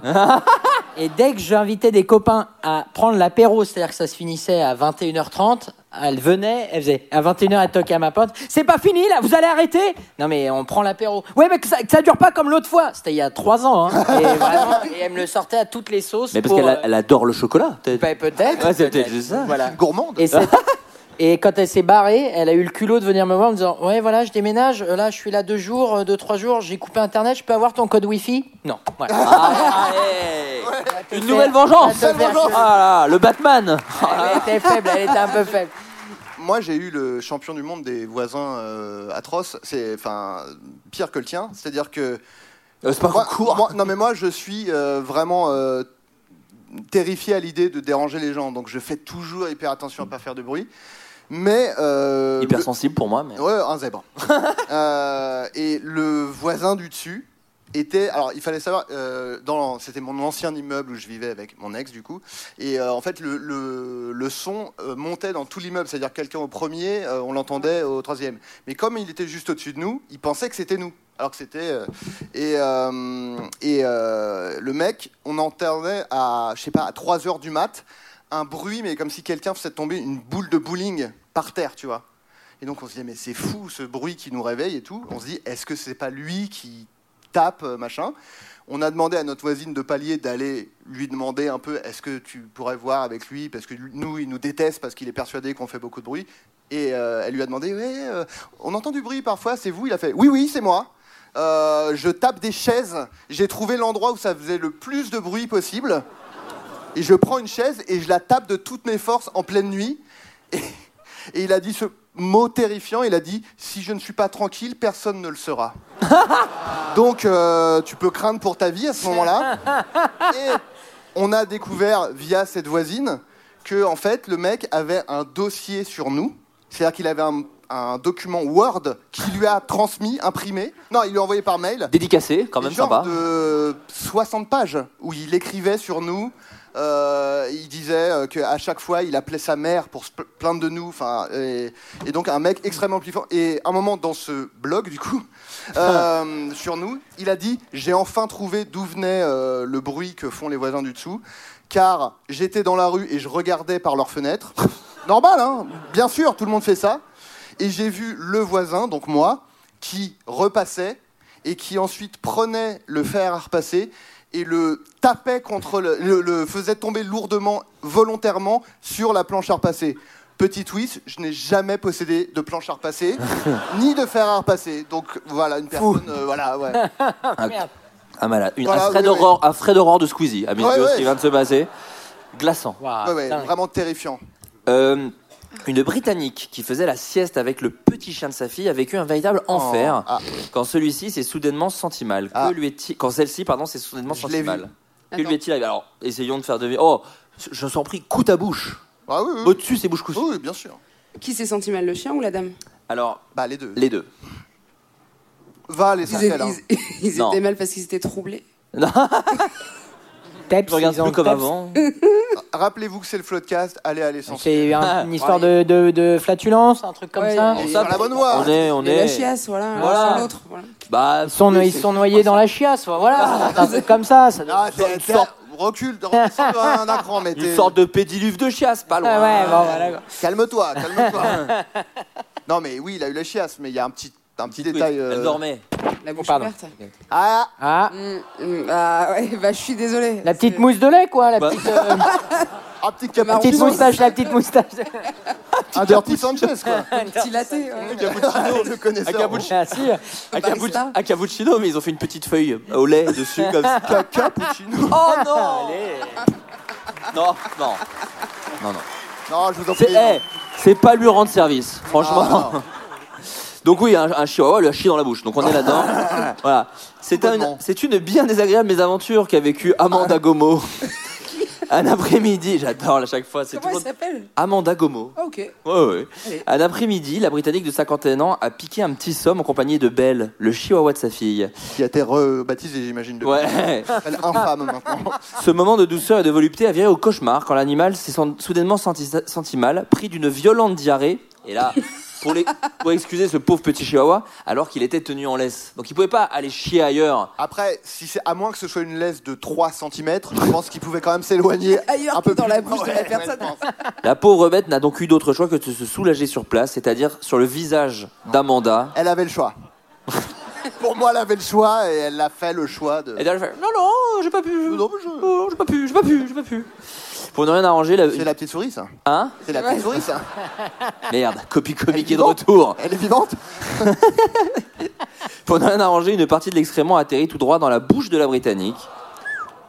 Speaker 10: Et dès que j'invitais des copains à prendre l'apéro, c'est-à-dire que ça se finissait à 21h30, elle venait, elle faisait à 21h, elle toquait à ma porte. C'est pas fini là, vous allez arrêter Non mais on prend l'apéro. Ouais, mais que ça, que ça dure pas comme l'autre fois. C'était il y a trois ans. Hein. Et, vraiment, et elle me le sortait à toutes les sauces.
Speaker 8: Mais parce
Speaker 10: pour,
Speaker 8: qu'elle a-
Speaker 10: euh,
Speaker 8: elle adore le chocolat. peut-être.
Speaker 10: bah, peut-être.
Speaker 8: Ouais, c'est peut-être juste ça.
Speaker 10: Voilà.
Speaker 7: Gourmande.
Speaker 10: Et, c'est- et quand elle s'est barrée, elle a eu le culot de venir me voir en me disant Ouais, voilà, je déménage, euh, là, je suis là deux jours, euh, deux, trois jours, j'ai coupé Internet, je peux avoir ton code Wi-Fi Ah, Non, voilà.
Speaker 8: Ah, eh,
Speaker 10: ah,
Speaker 8: Une nouvelle vengeance.
Speaker 10: Nouvelle vengeance.
Speaker 8: Ah là, le Batman.
Speaker 10: Elle était faible, elle était un peu faible.
Speaker 7: Moi, j'ai eu le champion du monde des voisins euh, atroces. C'est enfin pire que le tien. C'est-à-dire que
Speaker 8: Euh, C'est pas
Speaker 7: moi,
Speaker 8: concours.
Speaker 7: moi- non, mais moi, je suis euh, vraiment euh, terrifié à l'idée de déranger les gens. Donc, je fais toujours hyper attention à pas faire de bruit. Mais euh,
Speaker 8: Hyper
Speaker 7: le-
Speaker 8: sensible pour moi, mais.
Speaker 7: Ouais, un zèbre. Euh, et le voisin du dessus était. Alors, il fallait savoir. euh, dans, c'était mon ancien immeuble où je vivais avec mon ex, du coup. Et euh, en fait, le, le- le son euh, montait dans tout l'immeuble. C'est-à-dire, quelqu'un au premier, euh, on l'entendait au troisième. Mais comme il était juste au-dessus de nous, il pensait que c'était nous. Alors que c'était. euh, et euh, et euh, le mec, on entendait à, je sais pas, à 3 heures du mat, un bruit, mais comme si quelqu'un faisait tomber une boule de bowling par terre, tu vois. Et donc on se dit, mais c'est fou ce bruit qui nous réveille et tout. On se dit, est-ce que c'est pas lui qui tape, euh, machin On a demandé à notre voisine de palier d'aller lui demander un peu, est-ce que tu pourrais voir avec lui Parce que lui- nous, il nous déteste parce qu'il est persuadé qu'on fait beaucoup de bruit. Et euh, elle lui a demandé, ouais, euh, on entend du bruit parfois, c'est vous Il a fait, oui, oui, c'est moi. Euh, je tape des chaises. J'ai trouvé l'endroit où ça faisait le plus de bruit possible. Et je prends une chaise et je la tape de toutes mes forces en pleine nuit. Et, et il a dit ce mot terrifiant, il a dit Si je ne suis pas tranquille, personne ne le sera. Donc euh, tu peux craindre pour ta vie à ce moment-là. Et on a découvert via cette voisine que en fait le mec avait un dossier sur nous, c'est-à-dire qu'il avait un, un document Word qui lui a transmis, imprimé. Non, il lui a envoyé par mail.
Speaker 8: Dédicacé, quand
Speaker 7: Et
Speaker 8: même
Speaker 7: genre
Speaker 8: sympa.
Speaker 7: de 60 pages où il écrivait sur nous. euh, il disait euh, qu'à chaque fois, il appelait sa mère pour se pl- plaindre de nous. Enfin, et, et donc un mec extrêmement puissant. Et un moment dans ce blog, du coup, euh, sur nous, il a dit j'ai enfin trouvé d'où venait euh, le bruit que font les voisins du dessous, car j'étais dans la rue et je regardais par leur fenêtre. Normal, hein Bien sûr, tout le monde fait ça. Et j'ai vu le voisin, donc moi, qui repassait et qui ensuite prenait le fer à repasser et le tapait contre le, le- le faisait tomber lourdement, volontairement sur la planche à repasser. Petit twist, je n'ai jamais possédé de planche à repasser, ni de fer à repasser. Donc voilà, une personne, euh, voilà, ouais.
Speaker 8: Ah, malade. Une,
Speaker 7: Voilà,
Speaker 8: un, frais
Speaker 7: oui,
Speaker 8: d'horreur, un frais d'horreur de Squeezie, à mes
Speaker 7: Ouais,
Speaker 8: yeux,
Speaker 7: ouais.
Speaker 8: ce qui vient de se passer. Glaçant.
Speaker 10: Waouh,
Speaker 7: Ouais, ouais,
Speaker 10: Ah, dingue.
Speaker 7: vraiment terrifiant.
Speaker 8: Euh, une Britannique qui faisait la sieste avec le petit chien de sa fille a vécu un véritable enfer
Speaker 7: ah.
Speaker 8: quand celui-ci s'est soudainement senti mal. Que
Speaker 7: Ah.
Speaker 8: lui est-il- Quand celle-ci, pardon, s'est soudainement
Speaker 7: Je
Speaker 8: senti
Speaker 7: l'ai vu.
Speaker 8: mal. Que
Speaker 9: Attends.
Speaker 8: lui est-il arrivé Alors, essayons de faire deviner. Oh, je s'en prie, coup à bouche.
Speaker 7: Ah oui, oui, oui.
Speaker 8: Au-dessus, c'est bouche couche.
Speaker 7: Oui, oui, bien sûr.
Speaker 9: Qui s'est senti mal, le chien ou la dame
Speaker 8: Alors,
Speaker 7: Bah les deux.
Speaker 8: les deux.
Speaker 7: Va les
Speaker 9: Ils, étaient-
Speaker 7: l'essentiel. hein.
Speaker 9: ils- ils
Speaker 8: Non.
Speaker 9: étaient mal parce qu'ils étaient troublés.
Speaker 10: Taps,
Speaker 8: Je regarde
Speaker 10: ils ont
Speaker 8: plus comme
Speaker 10: taps.
Speaker 8: avant.
Speaker 7: Rappelez-vous que c'est le floodcast, allez à l'essentiel.
Speaker 10: C'est
Speaker 8: Ah,
Speaker 10: un- une histoire de, de- de flatulence, un truc comme
Speaker 9: Ouais,
Speaker 10: ça.
Speaker 9: il y a-
Speaker 7: Sur la bonne voie.
Speaker 8: On est, on
Speaker 9: Et la
Speaker 8: est.
Speaker 9: chiasse, voilà, Oh,
Speaker 8: Voilà.
Speaker 9: l'un sur l'autre. voilà.
Speaker 8: Bah,
Speaker 10: Ils sont, ils sont noyés dans la chiasse,
Speaker 8: Ah,
Speaker 10: voilà. un truc comme ça. ça doit-
Speaker 7: Ah, t'es- t'es- recule, redescends hein, d'un d'un cran, mais
Speaker 8: une
Speaker 7: t'es-
Speaker 8: sorte de pédiluve de chiasse, pas loin.
Speaker 10: Ah ouais, bon, voilà, quoi.
Speaker 7: Calme-toi, calme-toi. non, mais oui, il a eu la chiasse, mais il y a un petit, un petit détail. euh,
Speaker 8: Elle dormait.
Speaker 9: La bouche
Speaker 10: pardon.
Speaker 9: ouverte.
Speaker 7: Ah,
Speaker 10: Ah,
Speaker 9: Mm, mm, ah ouais, bah je suis désolée.
Speaker 10: la petite
Speaker 9: C'est-
Speaker 10: mousse de lait, quoi. La
Speaker 8: Bah.
Speaker 10: petite, euh,
Speaker 7: un petit
Speaker 10: la petite
Speaker 7: cappuccino.
Speaker 10: moustache, la petite moustache.
Speaker 7: Un Dirty Sanchez, quoi.
Speaker 9: Un petit laté. ouais. Bah,
Speaker 7: le
Speaker 8: Un
Speaker 7: connaisseur.
Speaker 8: cappuccino.
Speaker 10: Ah, si.
Speaker 8: Un
Speaker 9: Barista.
Speaker 8: cappucc- un cappuccino, mais ils ont fait une petite feuille au lait dessus, comme ça.
Speaker 7: Un cappuccino.
Speaker 8: Oh non Non, non, non, non.
Speaker 7: Non, je vous en prie.
Speaker 8: C'est, eh, c'est pas lui rendre service, franchement. Donc oui, un, un chihuahua lui a chié dans la bouche, donc on est là-dedans. voilà. C'est, un-
Speaker 7: Complètement.
Speaker 8: c'est une bien désagréable mésaventure qu'a vécu Amanda Gomo. Un après-midi, j'adore à chaque fois. C'est
Speaker 9: Comment elle
Speaker 8: toujours...
Speaker 9: s'appelle
Speaker 8: Amanda Gomo.
Speaker 9: Ah, ok.
Speaker 8: Ouais, ouais.
Speaker 9: Allez.
Speaker 8: Un après-midi, la Britannique de 51 ans a piqué un petit somme en compagnie de Belle, le chihuahua de sa fille.
Speaker 7: Qui a été rebaptisé, j'imagine, de
Speaker 8: Ouais.
Speaker 7: Elle infâme maintenant.
Speaker 8: Ce moment de douceur et de volupté a viré au cauchemar quand l'animal s'est sen- soudainement senti, senti mal, pris d'une violente diarrhée. Et là, pour, les- pour excuser ce pauvre petit chihuahua, alors qu'il était tenu en laisse. Donc il pouvait pas aller chier ailleurs.
Speaker 7: Après, si c'est à moins que ce soit une laisse de 3 cm, je pense qu'il pouvait quand même s'éloigner
Speaker 9: Ailleurs
Speaker 7: un
Speaker 9: que
Speaker 7: peu
Speaker 9: dans
Speaker 7: plus.
Speaker 9: la bouche de la
Speaker 7: Ouais,
Speaker 9: personne.
Speaker 7: ouais, je pense.
Speaker 8: La pauvre bête n'a donc eu d'autre choix que de se soulager sur place, c'est-à-dire sur le visage d'Amanda.
Speaker 7: Elle avait le choix. Pour moi, elle avait le choix et elle a fait le choix de.
Speaker 8: Et elle fait Non, non, j'ai pas pu.
Speaker 7: Non, mais je-
Speaker 8: Oh, j'ai pas pu, j'ai pas pu, j'ai pas pu. Pour ne rien arranger, la.
Speaker 7: C'est la petite souris, ça.
Speaker 8: Hein
Speaker 7: C'est la petite souris, ça.
Speaker 8: Merde, copie comique est de
Speaker 7: Non.
Speaker 8: retour.
Speaker 7: Elle est vivante.
Speaker 8: Pour ne rien arranger, une partie de l'excrément atterrit tout droit dans la bouche de la Britannique.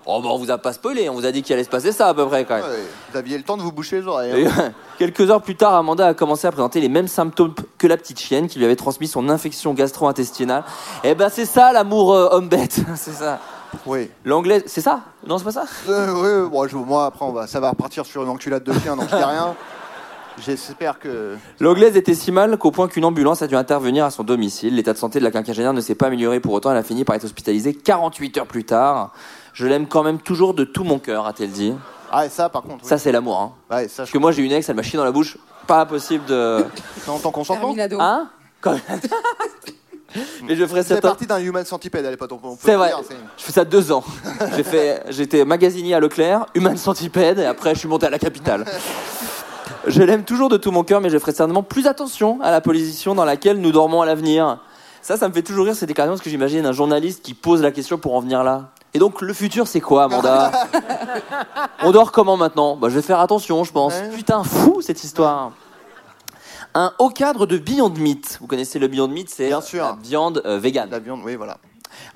Speaker 8: Oh, bah, on vous a pas spoilé, on vous a dit qu'il allait se passer ça à peu près quand même.
Speaker 7: Ouais, Vous aviez le temps de vous boucher les oreilles.
Speaker 8: Et,
Speaker 7: hein.
Speaker 8: euh, Quelques heures plus tard, Amanda a commencé à présenter les mêmes symptômes p- que la petite chienne qui lui avait transmis son infection gastro-intestinale. Eh ben, c'est ça l'amour euh, homme-bête, c'est ça.
Speaker 7: Oui.
Speaker 8: L'anglais, c'est ça Non, c'est pas ça
Speaker 7: Euh, oui, oui, bon, je- moi, après, on va, ça va repartir sur une enculade de chien, donc je dis rien. J'espère que.
Speaker 8: L'anglaise était si mal qu'au point qu'une ambulance a dû intervenir à son domicile. L'état de santé de la quinquagénaire ne s'est pas amélioré pour autant. Elle a fini par être hospitalisée 48 heures plus tard. Je l'aime quand même toujours de tout mon cœur, a-t-elle dit.
Speaker 7: Ah, et ça, par contre. oui.
Speaker 8: Ça, c'est l'amour. Hein.
Speaker 7: Ouais, ça,
Speaker 8: Parce
Speaker 7: je
Speaker 8: que moi, j'ai une ex, elle m'a chié dans la bouche. Pas possible de.
Speaker 7: C'est en tant consentant.
Speaker 9: Terminado. Ah.
Speaker 8: Hein Quand- Mais je ferais
Speaker 7: C'est
Speaker 8: ça.
Speaker 7: parti d'un human centipede à l'époque. on peut- on peut
Speaker 8: C'est
Speaker 7: le
Speaker 8: vrai.
Speaker 7: dire, c'est-
Speaker 8: Je fais ça deux ans. J'ai fait, j'étais magasinier à Leclerc, human centipède, et après je suis monté à la capitale. Je l'aime toujours de tout mon cœur, mais je ferai certainement plus attention à la position dans laquelle nous dormons à l'avenir. Ça, ça me fait toujours rire ces déclarations parce que j'imagine un journaliste qui pose la question pour en venir là. Et donc, le futur, c'est quoi, Amanda On dort comment maintenant bah, Je vais faire attention, je pense.
Speaker 7: Ouais.
Speaker 8: Putain, fou cette histoire. Un haut cadre de Beyond Meat. Vous connaissez le Beyond Meat, c'est
Speaker 7: Bien sûr.
Speaker 8: la viande euh, végane
Speaker 7: La viande, oui, voilà.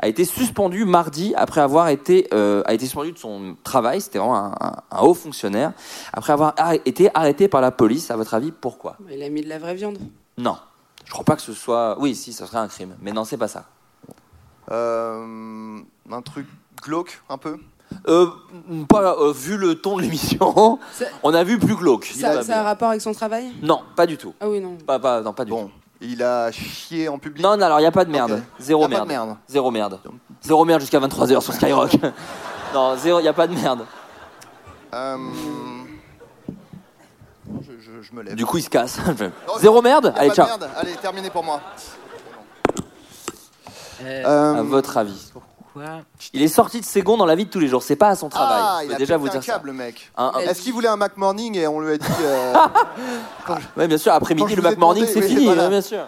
Speaker 8: a été suspendu mardi après avoir été euh, a été suspendu de son travail. C'était vraiment un, un- un haut fonctionnaire après avoir arr- été arrêté par la police. À votre avis, pourquoi
Speaker 9: Il a mis de la vraie viande.
Speaker 8: Non, je crois pas que ce soit. Oui, si, ce serait un crime, mais non, c'est pas ça.
Speaker 7: Euh, un truc glauque, un peu.
Speaker 8: Euh, pas euh, vu le ton de l'émission,
Speaker 9: Ça-
Speaker 8: on a vu plus glauque.
Speaker 7: a
Speaker 9: Ça,
Speaker 7: pas
Speaker 9: ça a rapport avec son travail
Speaker 8: Non, pas du tout.
Speaker 9: Ah oui, non.
Speaker 8: Pas, pas, non, pas du tout.
Speaker 7: Bon, il a chié en public.
Speaker 8: Non, non, alors il n'y a pas de merde.
Speaker 7: Ok.
Speaker 8: Zéro
Speaker 7: Y a pas
Speaker 8: merde.
Speaker 7: de merde.
Speaker 8: Zéro merde. Zéro merde jusqu'à 23h sur Skyrock. non, zéro, il n'y a pas de merde.
Speaker 7: Euh, non, je, je- je me lève.
Speaker 8: Du coup, il se casse. zéro merde
Speaker 7: Y a
Speaker 8: Allez,
Speaker 7: pas de
Speaker 8: ciao.
Speaker 7: merde. Allez, terminé pour moi.
Speaker 10: Euh,
Speaker 7: Euh,
Speaker 8: À Ah, votre avis.
Speaker 10: pourquoi
Speaker 8: Il est sorti de ses gonds dans la vie de tous les jours. C'est pas à son travail.
Speaker 7: Ah,
Speaker 8: Je
Speaker 7: il
Speaker 8: peux
Speaker 7: a
Speaker 8: déjà
Speaker 7: pété
Speaker 8: vous
Speaker 7: un
Speaker 8: dire ça.
Speaker 7: câble, le mec.
Speaker 8: Hein, hein.
Speaker 7: Est-ce qu'il voulait un Mac Morning et on lui a dit. euh,
Speaker 8: Ouais, bien sûr.
Speaker 7: Quand
Speaker 8: Après-midi,
Speaker 7: je
Speaker 8: le
Speaker 7: vous ai
Speaker 8: Mac Morning,
Speaker 7: demandé,
Speaker 8: c'est
Speaker 7: oui,
Speaker 8: fini.
Speaker 7: voilà.
Speaker 8: ouais, bien sûr.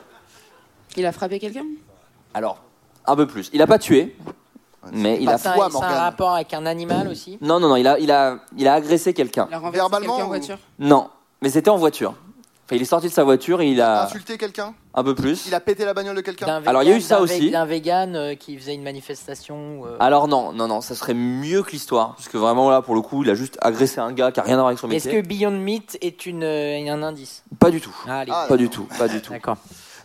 Speaker 9: Il a frappé quelqu'un
Speaker 8: Alors, un peu plus. Il a pas tué, mais il a.
Speaker 10: C'est un,
Speaker 7: toi,
Speaker 10: c'est un
Speaker 7: Morgane.
Speaker 10: rapport avec un animal aussi
Speaker 8: Non, non, non. Il a, il a, il a agressé quelqu'un.
Speaker 9: Il a renversé
Speaker 7: Verbalement
Speaker 9: quelqu'un en
Speaker 7: ou-
Speaker 9: voiture
Speaker 8: Non, mais c'était en voiture. Enfin, il est sorti de sa voiture et il a
Speaker 7: Insulter quelqu'un
Speaker 8: un peu plus.
Speaker 7: Il a pété la bagnole de quelqu'un
Speaker 10: D'un
Speaker 8: Alors, il y a eu
Speaker 10: vegan-
Speaker 8: ça
Speaker 10: d'un vé-
Speaker 8: aussi.
Speaker 10: D'un
Speaker 8: Ah,
Speaker 10: vegan euh, qui faisait une manifestation. euh,
Speaker 8: Alors non, non, non, ça serait mieux que l'histoire, parce que vraiment là, pour le coup, il a juste agressé un gars qui a rien à voir avec son
Speaker 10: Est-ce
Speaker 8: métier.
Speaker 10: que Beyond Meat est une, euh, un indice
Speaker 8: Pas du tout.
Speaker 10: Ah, Allez,
Speaker 7: Ah, euh,
Speaker 8: Pas du tout, pas du tout.
Speaker 10: d'accord.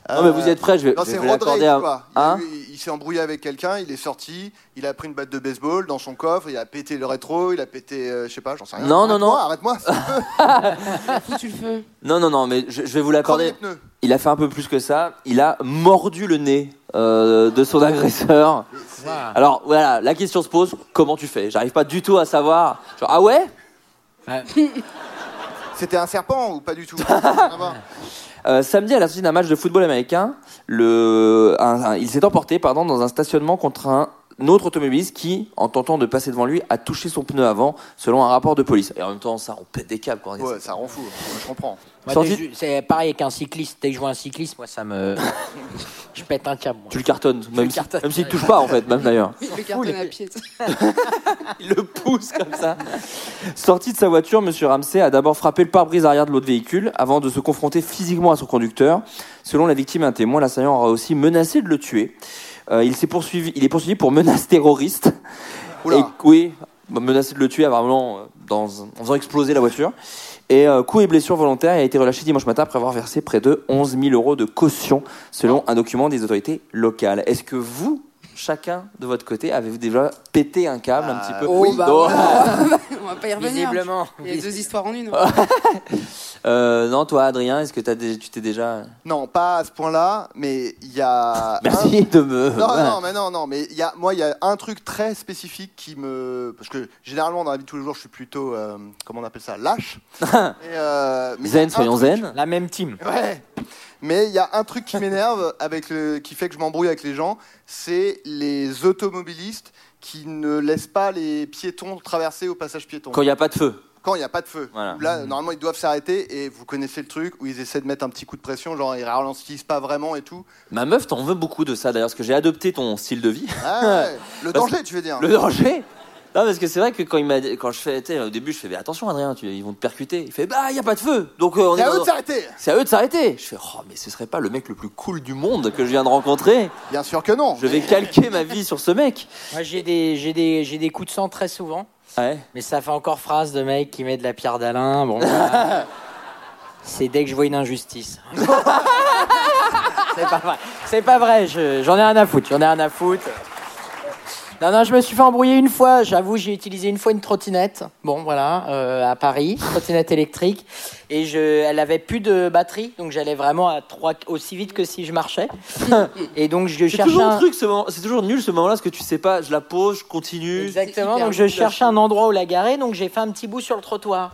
Speaker 8: Non mais vous êtes prêts, je vais,
Speaker 7: Non,
Speaker 8: je
Speaker 7: c'est
Speaker 8: vais l'accorder
Speaker 7: Rodriguez,
Speaker 8: à...
Speaker 7: quoi. Il, a
Speaker 8: Hein
Speaker 7: eu- il- il s'est embrouillé avec quelqu'un, il est sorti, il a pris une batte de baseball dans son coffre, il a pété le rétro, il a pété, euh, je sais pas, j'en sais rien.
Speaker 8: Non, non, non.
Speaker 7: Arrête-moi, arrête-moi.
Speaker 9: Il a foutu le feu.
Speaker 8: Non, non, non, mais je, je vais vous
Speaker 7: Prenez les
Speaker 8: l'accorder.
Speaker 7: pneus.
Speaker 8: Il a fait un peu plus que ça. Il a mordu le nez euh, de son agresseur.
Speaker 10: Waouh.
Speaker 8: Alors voilà, la question se pose comment tu fais J'arrive pas du tout à savoir. Genre, ah ouais
Speaker 7: C'était un serpent ou pas du tout Rien à voir.
Speaker 8: Euh, Samedi, à la sortie d'un match de football américain, le, un- un- il s'est emporté pardon, dans un stationnement contre un, un autre automobiliste qui, en tentant de passer devant lui, a touché son pneu avant, selon un rapport de police. Et en même temps, ça, on pète des câbles. Quand on dit
Speaker 7: Ouais,
Speaker 8: ça.
Speaker 7: ça rend fou, je comprends.
Speaker 10: Moi,
Speaker 8: Sorti-
Speaker 10: dès que je- C'est pareil qu'un cycliste. Dès que je vois un cycliste, moi, ça me. je pète un câble. moi.
Speaker 8: Tu le cartonnes, même
Speaker 10: le
Speaker 8: si-
Speaker 10: cartonne.
Speaker 8: même s'il ne touche pas, en fait, même d'ailleurs.
Speaker 9: Il le cartonne à pied.
Speaker 8: Il le pousse comme ça. Sorti de sa voiture, Monsieur Ramsey a d'abord frappé le pare-brise arrière de l'autre véhicule avant de se confronter physiquement à son conducteur. Selon la victime et un témoin, l'assaillant aura aussi menacé de le tuer. Euh, il, s'est poursuivi, il est poursuivi pour menace terroriste.
Speaker 7: Oula.
Speaker 8: Et oui, bah, menacé de le tuer apparemment euh, dans, un- en faisant exploser la voiture. Et euh, coup et blessure volontaire, il a été relâché dimanche matin après avoir versé près de 11 000 euros de caution, selon un document des autorités locales. Est-ce que vous,
Speaker 11: chacun de votre côté, avez-vous déjà pété un câble un petit
Speaker 7: Ah,
Speaker 11: peu
Speaker 9: Oh, bah,
Speaker 11: Non.
Speaker 9: On va pas y revenir.
Speaker 10: Visiblement.
Speaker 9: Il y a deux histoires en une.
Speaker 11: Euh, non, toi, Adrien, est-ce que t'as dé- tu t'es déjà.
Speaker 7: Non, pas à ce point-là, mais il y a. un-
Speaker 11: Merci de me.
Speaker 7: Non,
Speaker 11: Voilà.
Speaker 7: non, mais non, non, mais il y a, moi, il y a un truc très spécifique qui me. Parce que généralement, dans la vie de tous les jours, je suis plutôt, euh, comment on appelle ça, lâche. Et, euh, mais il y a un
Speaker 11: Zen, soyons
Speaker 7: truc-
Speaker 11: zen.
Speaker 10: La même team.
Speaker 7: Ouais. Mais il y a un truc qui m'énerve, avec le, qui fait que je m'embrouille avec les gens, c'est les automobilistes qui ne laissent pas les piétons traverser au passage piéton.
Speaker 11: Quand il n'y a pas de feu.
Speaker 7: Quand il n'y a pas de feu.
Speaker 11: Voilà.
Speaker 7: Où Là, normalement, ils doivent s'arrêter et vous connaissez le truc où ils essaient de mettre un petit coup de pression, genre ils ralentissent pas vraiment et tout.
Speaker 11: Ma meuf, t'en veux beaucoup de ça d'ailleurs, parce que j'ai adopté ton style de vie.
Speaker 7: Ah, ouais. Le
Speaker 11: Parce-
Speaker 7: danger, tu veux dire.
Speaker 11: Le danger Non, parce que c'est vrai que quand, il m'a, quand je fais. tu sais, Au début, je fais mais attention, Adrien, tu- ils vont te percuter. Il fait Bah, il n'y a pas de feu. Donc, euh, on
Speaker 7: Il y
Speaker 11: est
Speaker 7: a
Speaker 11: dans-
Speaker 7: eux de s'arrêter.
Speaker 11: C'est à eux de s'arrêter. Je fais Oh, mais ce serait pas le mec le plus cool du monde que je viens de rencontrer.
Speaker 7: Bien sûr que non.
Speaker 11: Je vais calquer ma vie sur ce mec.
Speaker 10: Moi, j'ai des, j'ai des, j'ai des coups de sang très souvent.
Speaker 11: Ouais.
Speaker 10: Mais ça fait encore phrase de mec qui met de la pierre d'Alain. Bon, bah, c'est dès que je vois une injustice. c'est pas vrai. C'est pas vrai. je- J'en ai rien à foutre. J'en ai rien à foutre. Non, non, je me suis fait embrouiller une fois. J'avoue, j'ai utilisé une fois une trottinette. Bon, voilà, euh, à Paris, trottinette électrique. Et je, elle avait plus de batterie, donc j'allais vraiment à trois, aussi vite que si je marchais. Et donc je
Speaker 11: C'est
Speaker 10: cherchais.
Speaker 11: toujours,
Speaker 10: un-
Speaker 11: un truc, ce moment- c'est toujours nul ce moment-là, parce que tu sais pas, je la pose, je continue.
Speaker 10: Exactement,
Speaker 9: hyper
Speaker 10: donc je
Speaker 9: nul.
Speaker 10: cherchais un endroit où la garer, donc j'ai fait un petit bout sur le trottoir.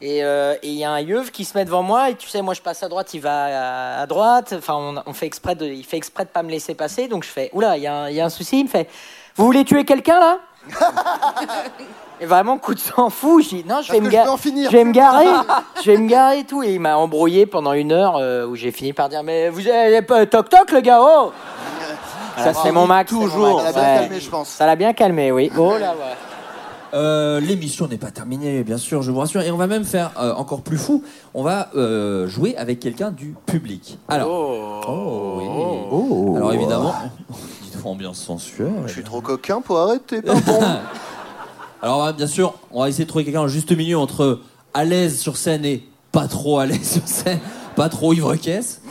Speaker 10: Et euh, et il y a un yeuve qui se met devant moi, et tu sais, moi je passe à droite, il va à, à droite, enfin on, on fait exprès de, il fait exprès de pas me laisser passer, donc je fais, oula, il y, a un- il y a un souci, il me fait, vous voulez tuer quelqu'un là Et vraiment, coup de sang fou, je dis, non, je
Speaker 7: Parce
Speaker 10: vais
Speaker 7: que
Speaker 10: me
Speaker 7: je
Speaker 10: garer.
Speaker 7: vais en finir.
Speaker 10: Je vais me garer, je vais me garer et tout. Et il m'a embrouillé pendant une heure euh, où j'ai fini par dire Mais vous avez pas toc toc le gars, oh Ça c'est mon max. c'est mon
Speaker 11: toujours.
Speaker 7: Elle a
Speaker 10: max,
Speaker 7: bien
Speaker 10: ouais.
Speaker 7: calmé, je pense.
Speaker 10: Ça l'a bien calmé, oui. Oh là, ouais.
Speaker 8: Euh, L'émission n'est pas terminée, bien sûr, je vous rassure. Et on va même faire euh, encore plus fou. On va euh, jouer avec quelqu'un du public. Alors, oh, oui. Alors évidemment, dites-moi ambiance sensuelle.
Speaker 7: Je suis trop coquin pour arrêter. pardon.
Speaker 8: Alors ouais, bien sûr, on va essayer de trouver quelqu'un en juste milieu entre à l'aise sur scène et pas trop à l'aise sur scène, pas trop ivre caisse.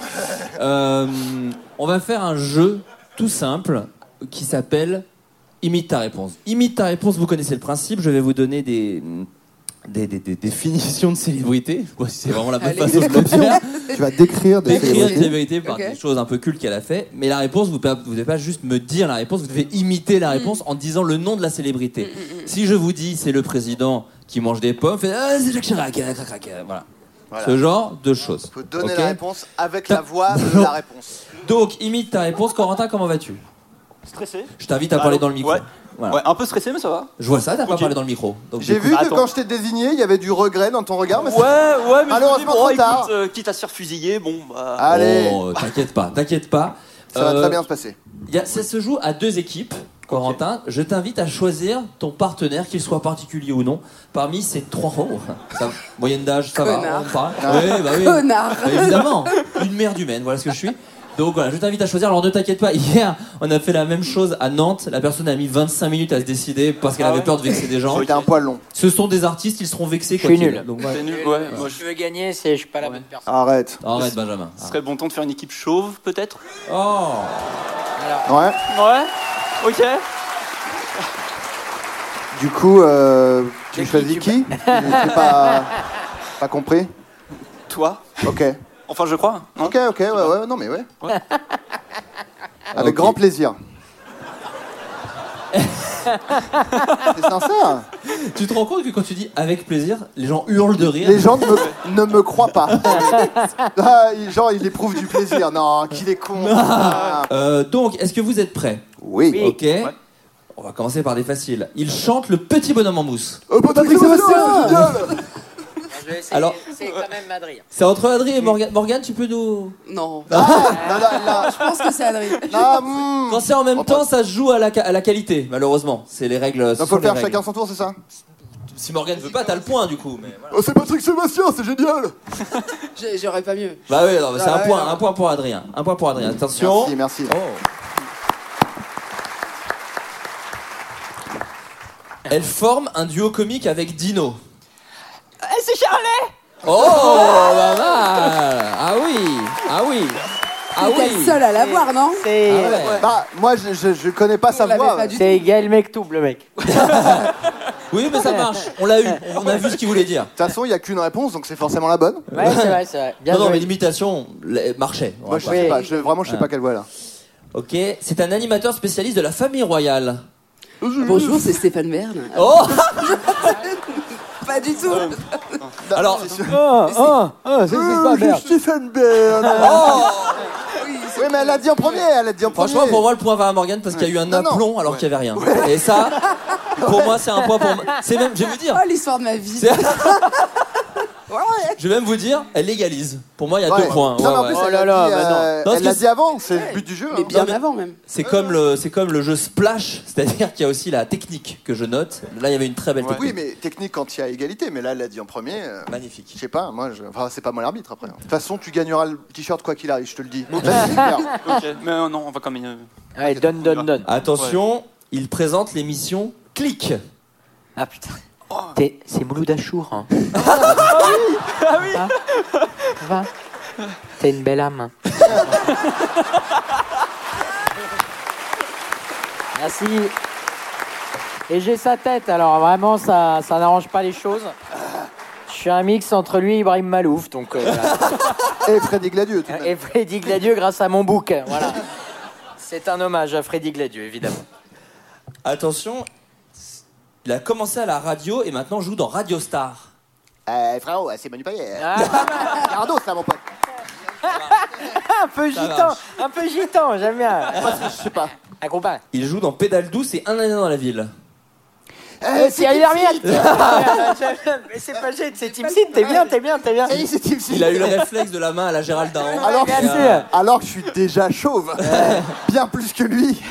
Speaker 8: Euh, on va faire un jeu tout simple qui s'appelle Imite ta réponse. Imite ta réponse, vous connaissez le principe, je vais vous donner des, des, des- des définitions de célébrité. Je sais pas si c'est vraiment la bonne
Speaker 9: Allez.
Speaker 8: façon de le faire.
Speaker 7: tu vas décrire des
Speaker 8: Décrire
Speaker 7: célébrités.
Speaker 8: une célébrité par
Speaker 9: Ok.
Speaker 8: des choses un peu cultes qu'elle a fait, mais la réponse, vous ne devez pas juste me dire la réponse, vous devez imiter la réponse en disant le nom de la célébrité. Si je vous dis c'est le président qui mange des pommes, faites, Ah, c'est Jacques Chirac, ah, crac, crac, euh, voilà.
Speaker 7: Voilà.
Speaker 8: Ce genre de choses.
Speaker 7: Faut donner
Speaker 8: Ok
Speaker 7: la réponse avec la voix de la réponse.
Speaker 8: Donc, imite ta réponse. Corentin, comment vas-tu
Speaker 12: Stressé Bah,
Speaker 8: Je t'invite à parler dans le micro.
Speaker 12: Ouais.
Speaker 8: Voilà.
Speaker 12: Ouais, un peu stressé, mais ça va.
Speaker 8: Je vois ça, t'as pas
Speaker 12: Ok.
Speaker 8: parlé dans le micro. Donc,
Speaker 7: J'ai
Speaker 8: du coup-
Speaker 7: vu que
Speaker 12: Attends.
Speaker 7: quand je t'ai désigné, il y avait du regret dans ton regard, mais
Speaker 12: Ouais, ouais, mais je me dis,
Speaker 7: Malheureusement,
Speaker 12: bon,
Speaker 7: trop
Speaker 12: écoute,
Speaker 7: tard.
Speaker 12: euh, quitte à se faire fusiller, bon, bah.
Speaker 7: ça- Allez,
Speaker 8: Oh, t'inquiète pas, t'inquiète pas.
Speaker 7: ça va
Speaker 8: Euh,
Speaker 7: très bien se passer.
Speaker 8: Il y a- ça se joue à deux équipes, Corentin. Je t'invite à choisir ton partenaire, qu'il soit particulier ou non, parmi ces trois. Oh, ça- moyenne d'âge, ça
Speaker 9: Connard.
Speaker 8: va. on parle.
Speaker 9: Ah
Speaker 8: Oui, bah oui.
Speaker 9: Connard.
Speaker 8: Bah, évidemment, une merde humaine, voilà ce que je suis. Donc voilà, je t'invite à choisir. Alors ne t'inquiète pas, hier, on a fait la même chose à Nantes. La personne a mis 25 minutes à se décider parce qu'elle avait peur de vexer des gens.
Speaker 7: C'était un poil long.
Speaker 8: Ce sont des artistes, ils seront vexés.
Speaker 10: Je
Speaker 8: quoi
Speaker 10: suis
Speaker 8: qu'il-
Speaker 10: nul.
Speaker 8: Donc, ouais.
Speaker 12: C'est euh, nul, ouais. Moi,
Speaker 10: Si
Speaker 12: je-
Speaker 10: tu veux gagner, c'est je suis pas la bonne personne.
Speaker 7: Arrête.
Speaker 8: Arrête, Benjamin.
Speaker 12: Ce serait bon temps de faire une équipe chauve, peut-être
Speaker 8: Oh,
Speaker 7: Ouais.
Speaker 12: Ouais. Ok.
Speaker 10: Eh,
Speaker 7: Du coup, euh, tu
Speaker 10: Mais
Speaker 7: choisis
Speaker 10: qui,
Speaker 7: qui Je sais pas, pas compris.
Speaker 12: Toi
Speaker 7: Ok.
Speaker 12: Enfin, je crois. non
Speaker 7: Ok, ok, ouais, ouais, non mais ouais. Avec
Speaker 8: Ok.
Speaker 7: grand plaisir. C'est sincère.
Speaker 8: tu te rends compte que quand tu dis avec plaisir, les gens hurlent de rire.
Speaker 7: Les gens ne me, ne me croient pas. Ah, il- genre, il éprouve du plaisir. Non, qu'il est con. Ah.
Speaker 8: Euh, donc, est-ce que vous êtes prêts
Speaker 7: Oui.
Speaker 8: Ok. On va commencer par des faciles. Il chante le petit bonhomme en mousse.
Speaker 7: Euh, Patrick Sébastien, génial.
Speaker 8: Alors-
Speaker 10: c'est quand même Madrid.
Speaker 8: C'est entre Adrien et Morgane. Morgane, tu peux nous.
Speaker 9: Non.
Speaker 7: Ah, là, là, là.
Speaker 9: Je pense que c'est Adrien.
Speaker 7: Là, hmm.
Speaker 8: Quand c'est en même
Speaker 7: On
Speaker 8: temps, ça se joue à la, ca- à la qualité, malheureusement. C'est les règles. ce
Speaker 7: Donc
Speaker 8: sont
Speaker 7: faut le
Speaker 8: les
Speaker 7: faire
Speaker 8: règles.
Speaker 7: chacun son tour, c'est ça
Speaker 8: Si Morgane veut pas, t'as le point du coup. mais voilà.
Speaker 7: Oh, c'est Patrick Sébastien, c'est génial
Speaker 9: J'ai- J'aurais pas mieux.
Speaker 8: Bah oui, non, mais c'est
Speaker 9: Ah
Speaker 8: un
Speaker 9: ouais,
Speaker 8: point,
Speaker 9: non.
Speaker 8: un point pour Adrien. Un point pour Adrien. Attention.
Speaker 7: Merci, merci.
Speaker 8: Oh. Elle forme un duo comique avec Dino.
Speaker 10: c'est Charlet
Speaker 8: Oh, pas mal. Ah oui, ah oui.
Speaker 9: T'es
Speaker 10: oui.
Speaker 9: le seul à l'avoir, non
Speaker 10: C'est
Speaker 7: Bah, moi, je, je, je connais pas sa
Speaker 9: On l'avait
Speaker 7: voix.
Speaker 9: pas du tout.
Speaker 10: c'est égal mec double mec.
Speaker 8: Oui, mais ça marche. On l'a eu. On a vu ce qu'il voulait dire.
Speaker 7: De toute façon, il n'y a qu'une réponse, donc c'est forcément la bonne.
Speaker 10: Ouais, c'est vrai, c'est vrai. Bien
Speaker 8: Non, non,
Speaker 10: joué.
Speaker 8: mais l'imitation la- marchait. On va
Speaker 7: Moi, je
Speaker 8: voir.
Speaker 7: sais
Speaker 10: Oui.
Speaker 7: pas. Je, vraiment, je sais pas quelle voix là.
Speaker 8: Ok, c'est un animateur spécialiste de la famille royale.
Speaker 9: Bonjour, c'est Stéphane Bern.
Speaker 10: Ah
Speaker 8: Oh
Speaker 9: Pas du tout.
Speaker 8: Alors,
Speaker 10: Oh, oh, oh, c'est pas merde.
Speaker 7: euh, Stephen Bern.
Speaker 8: oh
Speaker 7: Oui, mais elle a dit en premier. Elle a dit en
Speaker 8: Franchement,
Speaker 7: premier.
Speaker 8: pour moi, le point va à Morgane parce qu'il y a eu un
Speaker 7: Ah Non, non.
Speaker 8: aplomb alors qu'il n'y avait rien. Et ça, pour moi, c'est un point pour. C'est même, je vais vous dire,
Speaker 9: Oh, l'histoire de ma vie.
Speaker 8: C'est-
Speaker 9: Ouais.
Speaker 8: je vais même vous dire, elle légalise. Pour moi, il y a
Speaker 7: Ouais.
Speaker 8: deux points.
Speaker 7: Non, mais en
Speaker 8: Ouais,
Speaker 7: plus,
Speaker 8: ouais.
Speaker 7: elle l'a
Speaker 10: là,
Speaker 7: dit,
Speaker 10: bah non.
Speaker 7: euh,
Speaker 8: Non,
Speaker 7: elle
Speaker 8: parce
Speaker 7: l'a
Speaker 8: que
Speaker 7: dit avant, c'est le but du jeu.
Speaker 9: Mais
Speaker 7: hein.
Speaker 9: bien
Speaker 8: mais-
Speaker 9: avant même.
Speaker 8: C'est comme le, c'est comme le jeu Splash, c'est-à-dire qu'il y a aussi la technique que je note. Là, il y avait une très belle technique.
Speaker 7: Oui, mais technique quand il y a égalité, mais là, elle l'a dit en premier. euh,
Speaker 8: Magnifique.
Speaker 7: Je sais pas, moi, je... enfin, c'est pas moi l'arbitre après. De toute façon, tu gagneras le t-shirt quoi qu'il arrive, je te le dis. Vas-y, Claire.
Speaker 1: Ok, mais euh, non, on va quand même. euh,
Speaker 10: Ouais, donne, donne, donne.
Speaker 8: Attention, il présente l'émission Click.
Speaker 10: Ah putain. T'es- C'est Mouloud Achour. Hein. ah oui Va. T'es une belle âme. Merci. Et j'ai sa tête, alors vraiment, ça, ça n'arrange pas les choses. Je suis un mix entre lui et Ibrahim Malouf, donc euh, voilà.
Speaker 7: Et Freddy Gladieux, tout de même.
Speaker 10: Et Freddy Gladieux grâce à mon bouc, voilà. C'est un hommage à Freddy Gladieux, évidemment.
Speaker 8: Attention, il a commencé à la radio et maintenant joue dans Radio Star.
Speaker 7: Eh, frérot, c'est Manu Payet.
Speaker 10: Ah,
Speaker 7: Gardo, ça, mon pote.
Speaker 10: un peu
Speaker 8: Ça
Speaker 10: gitan,
Speaker 8: marche.
Speaker 10: un peu gitan, j'aime bien.
Speaker 7: Je sais pas.
Speaker 10: Un compas.
Speaker 8: Il joue dans Pédale douce et Un indien dans la ville.
Speaker 10: Euh, c'est Aïe Hermiel Mais c'est pas gêne, c'est Team Seed, t'es bien, t'es bien, t'es bien
Speaker 7: Eh, c'est Tim Seed.
Speaker 8: Il a eu le réflexe de la main à la Géraldin.
Speaker 7: Alors que,
Speaker 10: Bien
Speaker 8: Ah.
Speaker 10: sûr.
Speaker 7: alors que je suis déjà chauve. Bien plus que lui.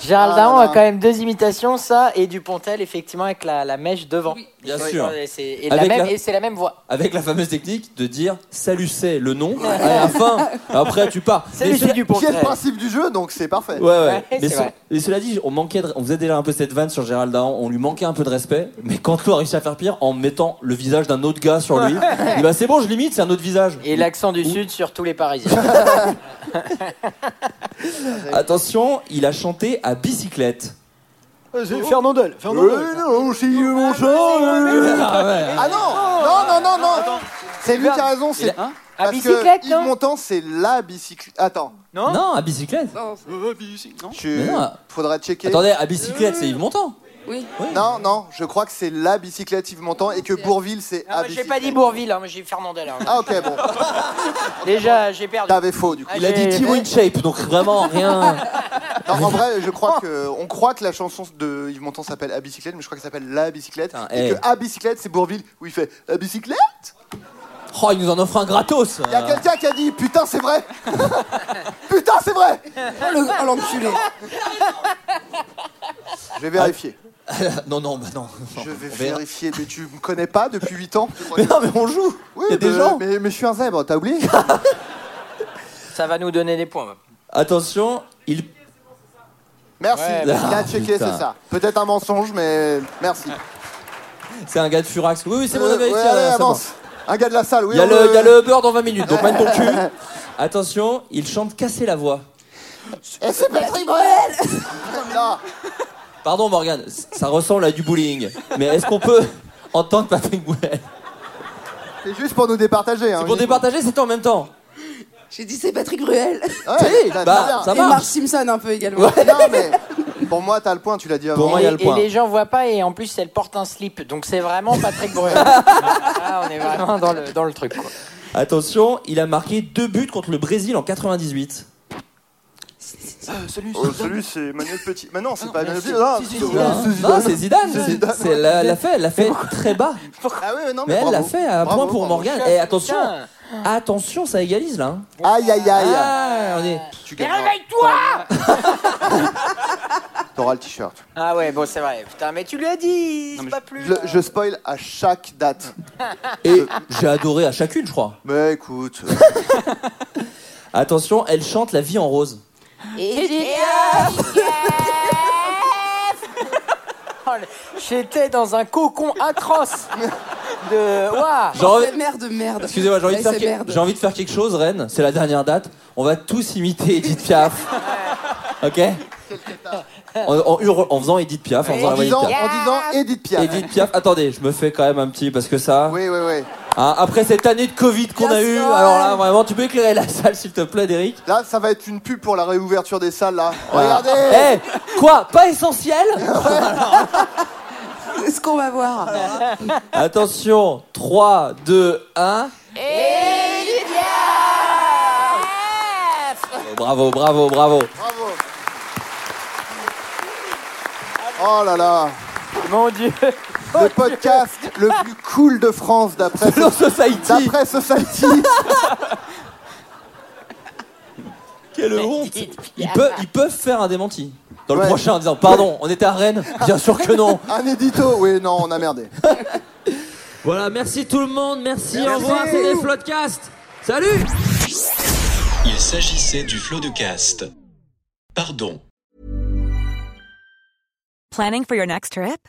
Speaker 10: Gérald
Speaker 7: Ah,
Speaker 10: Daron a
Speaker 7: non.
Speaker 10: quand même deux imitations, ça, et Dupontel, effectivement, avec la, la mèche devant.
Speaker 8: Bien
Speaker 10: Oui,
Speaker 8: sûr.
Speaker 10: Et c'est et la,
Speaker 8: Avec
Speaker 10: même-
Speaker 8: la-
Speaker 10: et c'est la même voix.
Speaker 8: Avec la fameuse technique de dire salut c'est le nom et à la fin après tu pars.
Speaker 10: C'est
Speaker 8: Mais
Speaker 10: Lucie
Speaker 8: cela-
Speaker 7: Qui est le
Speaker 10: Dupontel.
Speaker 7: principe du jeu, donc c'est parfait.
Speaker 8: Ouais, ouais.
Speaker 10: Ouais,
Speaker 8: mais
Speaker 10: c'est
Speaker 8: ce-
Speaker 10: vrai.
Speaker 8: mais cela dit, on manquait, de- on faisait déjà un peu cette vanne sur Gérald Daron, on lui manquait un peu de respect. Mais quand on a réussi à faire pire en mettant le visage d'un autre gars sur lui, il dit, bah c'est bon, je limite, c'est un autre visage.
Speaker 10: Et l'accent du Sud sur tous les Parisiens.
Speaker 8: Attention, il a chanté à bicyclette.
Speaker 13: C'est Fernandel.
Speaker 7: Euh, non, si je m'en sors, euh. Ah
Speaker 10: Oh.
Speaker 7: non, non, non, non, non. C'est lui qui a raison, c'est.
Speaker 1: hein
Speaker 10: À
Speaker 7: parce que
Speaker 10: bicyclette,
Speaker 7: Yves
Speaker 10: non
Speaker 7: Montand, c'est la bicyclette. Attends,
Speaker 10: Non.
Speaker 8: Non, à bicyclette.
Speaker 9: Non, c'est-
Speaker 7: Mm.
Speaker 1: euh, puis si, non
Speaker 7: tu.
Speaker 8: Mais non.
Speaker 7: Faudrait checker.
Speaker 8: Attendez, à bicyclette, c'est Yves Montand.
Speaker 9: Oui.
Speaker 7: Non, non, je crois que c'est la bicyclette Yves Montand et que Bourville, c'est
Speaker 10: Ah,
Speaker 7: à
Speaker 10: moi, J'ai
Speaker 7: bicyclette.
Speaker 10: pas dit Bourville, hein, moi, j'ai dit Fernandel. hein.
Speaker 7: Ah, ok, bon.
Speaker 10: Déjà, j'ai perdu.
Speaker 7: T'avais faux, du coup.
Speaker 10: Ah,
Speaker 8: Il a dit
Speaker 10: j'ai-
Speaker 8: Team in Shape, donc vraiment rien.
Speaker 7: Non, en vrai, je
Speaker 10: Oh.
Speaker 7: crois que. On croit que la chanson de Yves Montand s'appelle À bicyclette, mais je crois qu'elle s'appelle La bicyclette.
Speaker 8: Putain,
Speaker 7: et
Speaker 8: hey.
Speaker 7: que À bicyclette, c'est Bourville où il fait À bicyclette
Speaker 8: Oh, il nous en offre un gratos.
Speaker 7: Il y a quelqu'un qui a dit Putain, c'est vrai Putain, c'est vrai
Speaker 9: Oh, le- oh, l'enculé.
Speaker 7: Je vais vérifier.
Speaker 8: Non, non, bah non.
Speaker 7: Je vais
Speaker 8: On verra.
Speaker 7: vérifier, mais tu me connais pas depuis 8 ans Tu crois
Speaker 8: Mais
Speaker 7: que-
Speaker 8: non, mais on joue.
Speaker 7: Oui,
Speaker 8: il y a des
Speaker 7: mais-
Speaker 8: gens.
Speaker 7: Mais, mais je suis un zèbre, t'as oublié
Speaker 10: Ça va nous donner des points.
Speaker 8: Attention, il.
Speaker 7: Merci,
Speaker 10: Ouais,
Speaker 7: il
Speaker 8: bah-
Speaker 7: a checké, c'est
Speaker 8: Putain.
Speaker 7: ça. Peut-être un mensonge, mais merci.
Speaker 8: C'est un gars de Furax. Oui, oui, c'est bon, on a
Speaker 7: Euh,
Speaker 8: vérifié,
Speaker 7: ouais,
Speaker 8: là,
Speaker 7: allez,
Speaker 8: c'est bon.
Speaker 7: avance. Un gars de la salle, oui.
Speaker 8: Il y, a
Speaker 7: on
Speaker 8: le, il y a le beurre dans 20 minutes, donc mène ton cul. Attention, il chante Casser la voix.
Speaker 7: Et Eh, c'est Patrick Bruel Non,
Speaker 8: Pardon Morgane, c- ça ressemble à du bullying. Mais est-ce qu'on peut entendre Patrick Boulet
Speaker 7: c'est juste pour nous départager. Hein,
Speaker 8: Pour départager, c'était en même temps.
Speaker 9: J'ai dit c'est Patrick Bruel.
Speaker 7: Ouais,
Speaker 8: Si,
Speaker 7: t'as-
Speaker 8: bah,
Speaker 7: t'as bien.
Speaker 8: Ça
Speaker 9: Et
Speaker 8: marche.
Speaker 9: Marge Simpson un peu également.
Speaker 7: Non, mais pour moi, t'as le point, tu l'as dit avant.
Speaker 8: Pour moi, il y a le
Speaker 10: et,
Speaker 8: point.
Speaker 10: et les gens voient pas, et en plus, elle porte un slip, donc c'est vraiment Patrick Bruel. Ah, on est vraiment dans le, dans le truc, quoi.
Speaker 8: Attention, il a marqué deux buts contre le Brésil en 98.
Speaker 7: Euh, celui, c'est Manuel Petit. Mais non,
Speaker 8: Ah,
Speaker 7: c'est pas Manuel Petit.
Speaker 10: si, si,
Speaker 7: c'est-
Speaker 10: si,
Speaker 7: Ah,
Speaker 8: Non,
Speaker 7: c'est
Speaker 8: non,
Speaker 7: Zidane.
Speaker 8: c'est Zidane. C'est c'est la, la fait, elle l'a fait très bas.
Speaker 7: Ah oui, mais non,
Speaker 8: Mais
Speaker 7: mais,
Speaker 8: elle
Speaker 7: bravo.
Speaker 8: l'a fait à un
Speaker 7: Bravo,
Speaker 8: point pour
Speaker 7: bravo.
Speaker 8: Morgane. Et Eh, attention,
Speaker 10: Putain.
Speaker 8: attention, ça égalise là. hein.
Speaker 7: Aïe, aïe, aïe.
Speaker 8: Ah, on est.
Speaker 7: Tu Réveille-toi T'auras le t-shirt.
Speaker 10: Ah ouais, bon, c'est vrai. Putain, mais tu lui as dit, c'est pas plus. euh.
Speaker 7: Je, je spoil à chaque date.
Speaker 8: Et j'ai adoré à chacune, je crois.
Speaker 7: Mais écoute, euh,
Speaker 8: Attention, elle chante La vie en rose.
Speaker 10: J'étais dans un cocon atroce. de. Ouah
Speaker 8: J'ai envie-
Speaker 9: Oh, merde, merde.
Speaker 8: Excusez-moi, j'ai envie, de
Speaker 9: Ouais,
Speaker 8: faire
Speaker 9: c'est
Speaker 8: que-
Speaker 9: merde.
Speaker 8: j'ai envie de faire quelque chose, Rennes. C'est la dernière date. On va tous imiter Edith Piaf. ok en, en hurle- en faisant Edith Piaf, en faisant
Speaker 7: En
Speaker 8: la voix
Speaker 7: disant,
Speaker 8: Edith Piaf.
Speaker 7: en disant Edith Piaf.
Speaker 8: Edith Piaf, attendez, je me fais quand même un petit parce que ça.
Speaker 7: Oui, oui, oui.
Speaker 8: Hein, après cette année de Covid qu'on a
Speaker 7: Bien
Speaker 8: eue,
Speaker 7: sûr.
Speaker 8: alors là, vraiment, tu peux éclairer la salle, s'il te plaît, Derek
Speaker 7: Là, ça va être une pub pour la réouverture des salles, là.
Speaker 8: Voilà.
Speaker 7: Regardez
Speaker 8: Eh, quoi Pas essentiel
Speaker 9: C'est ce qu'on va voir.
Speaker 8: Attention, 3, 2, 1. Oh, Bravo, bravo, bravo.
Speaker 7: Bravo
Speaker 8: Eh.
Speaker 7: Oh là là
Speaker 10: Mon Dieu
Speaker 7: Le podcast le plus cool de France d'après
Speaker 8: Selon Society.
Speaker 7: D'après Society
Speaker 8: Quelle honte ils peuvent, ils peuvent faire un démenti dans le
Speaker 7: Ouais.
Speaker 8: prochain en disant Pardon, on était à Rennes Bien sûr que non
Speaker 7: Un édito Oui, non, on a merdé.
Speaker 8: Voilà, merci tout le monde, merci,
Speaker 7: Merci.
Speaker 8: au revoir, c'était Floodcast Salut
Speaker 14: Il s'agissait du flot de cast. Pardon.
Speaker 12: Planning for your next trip?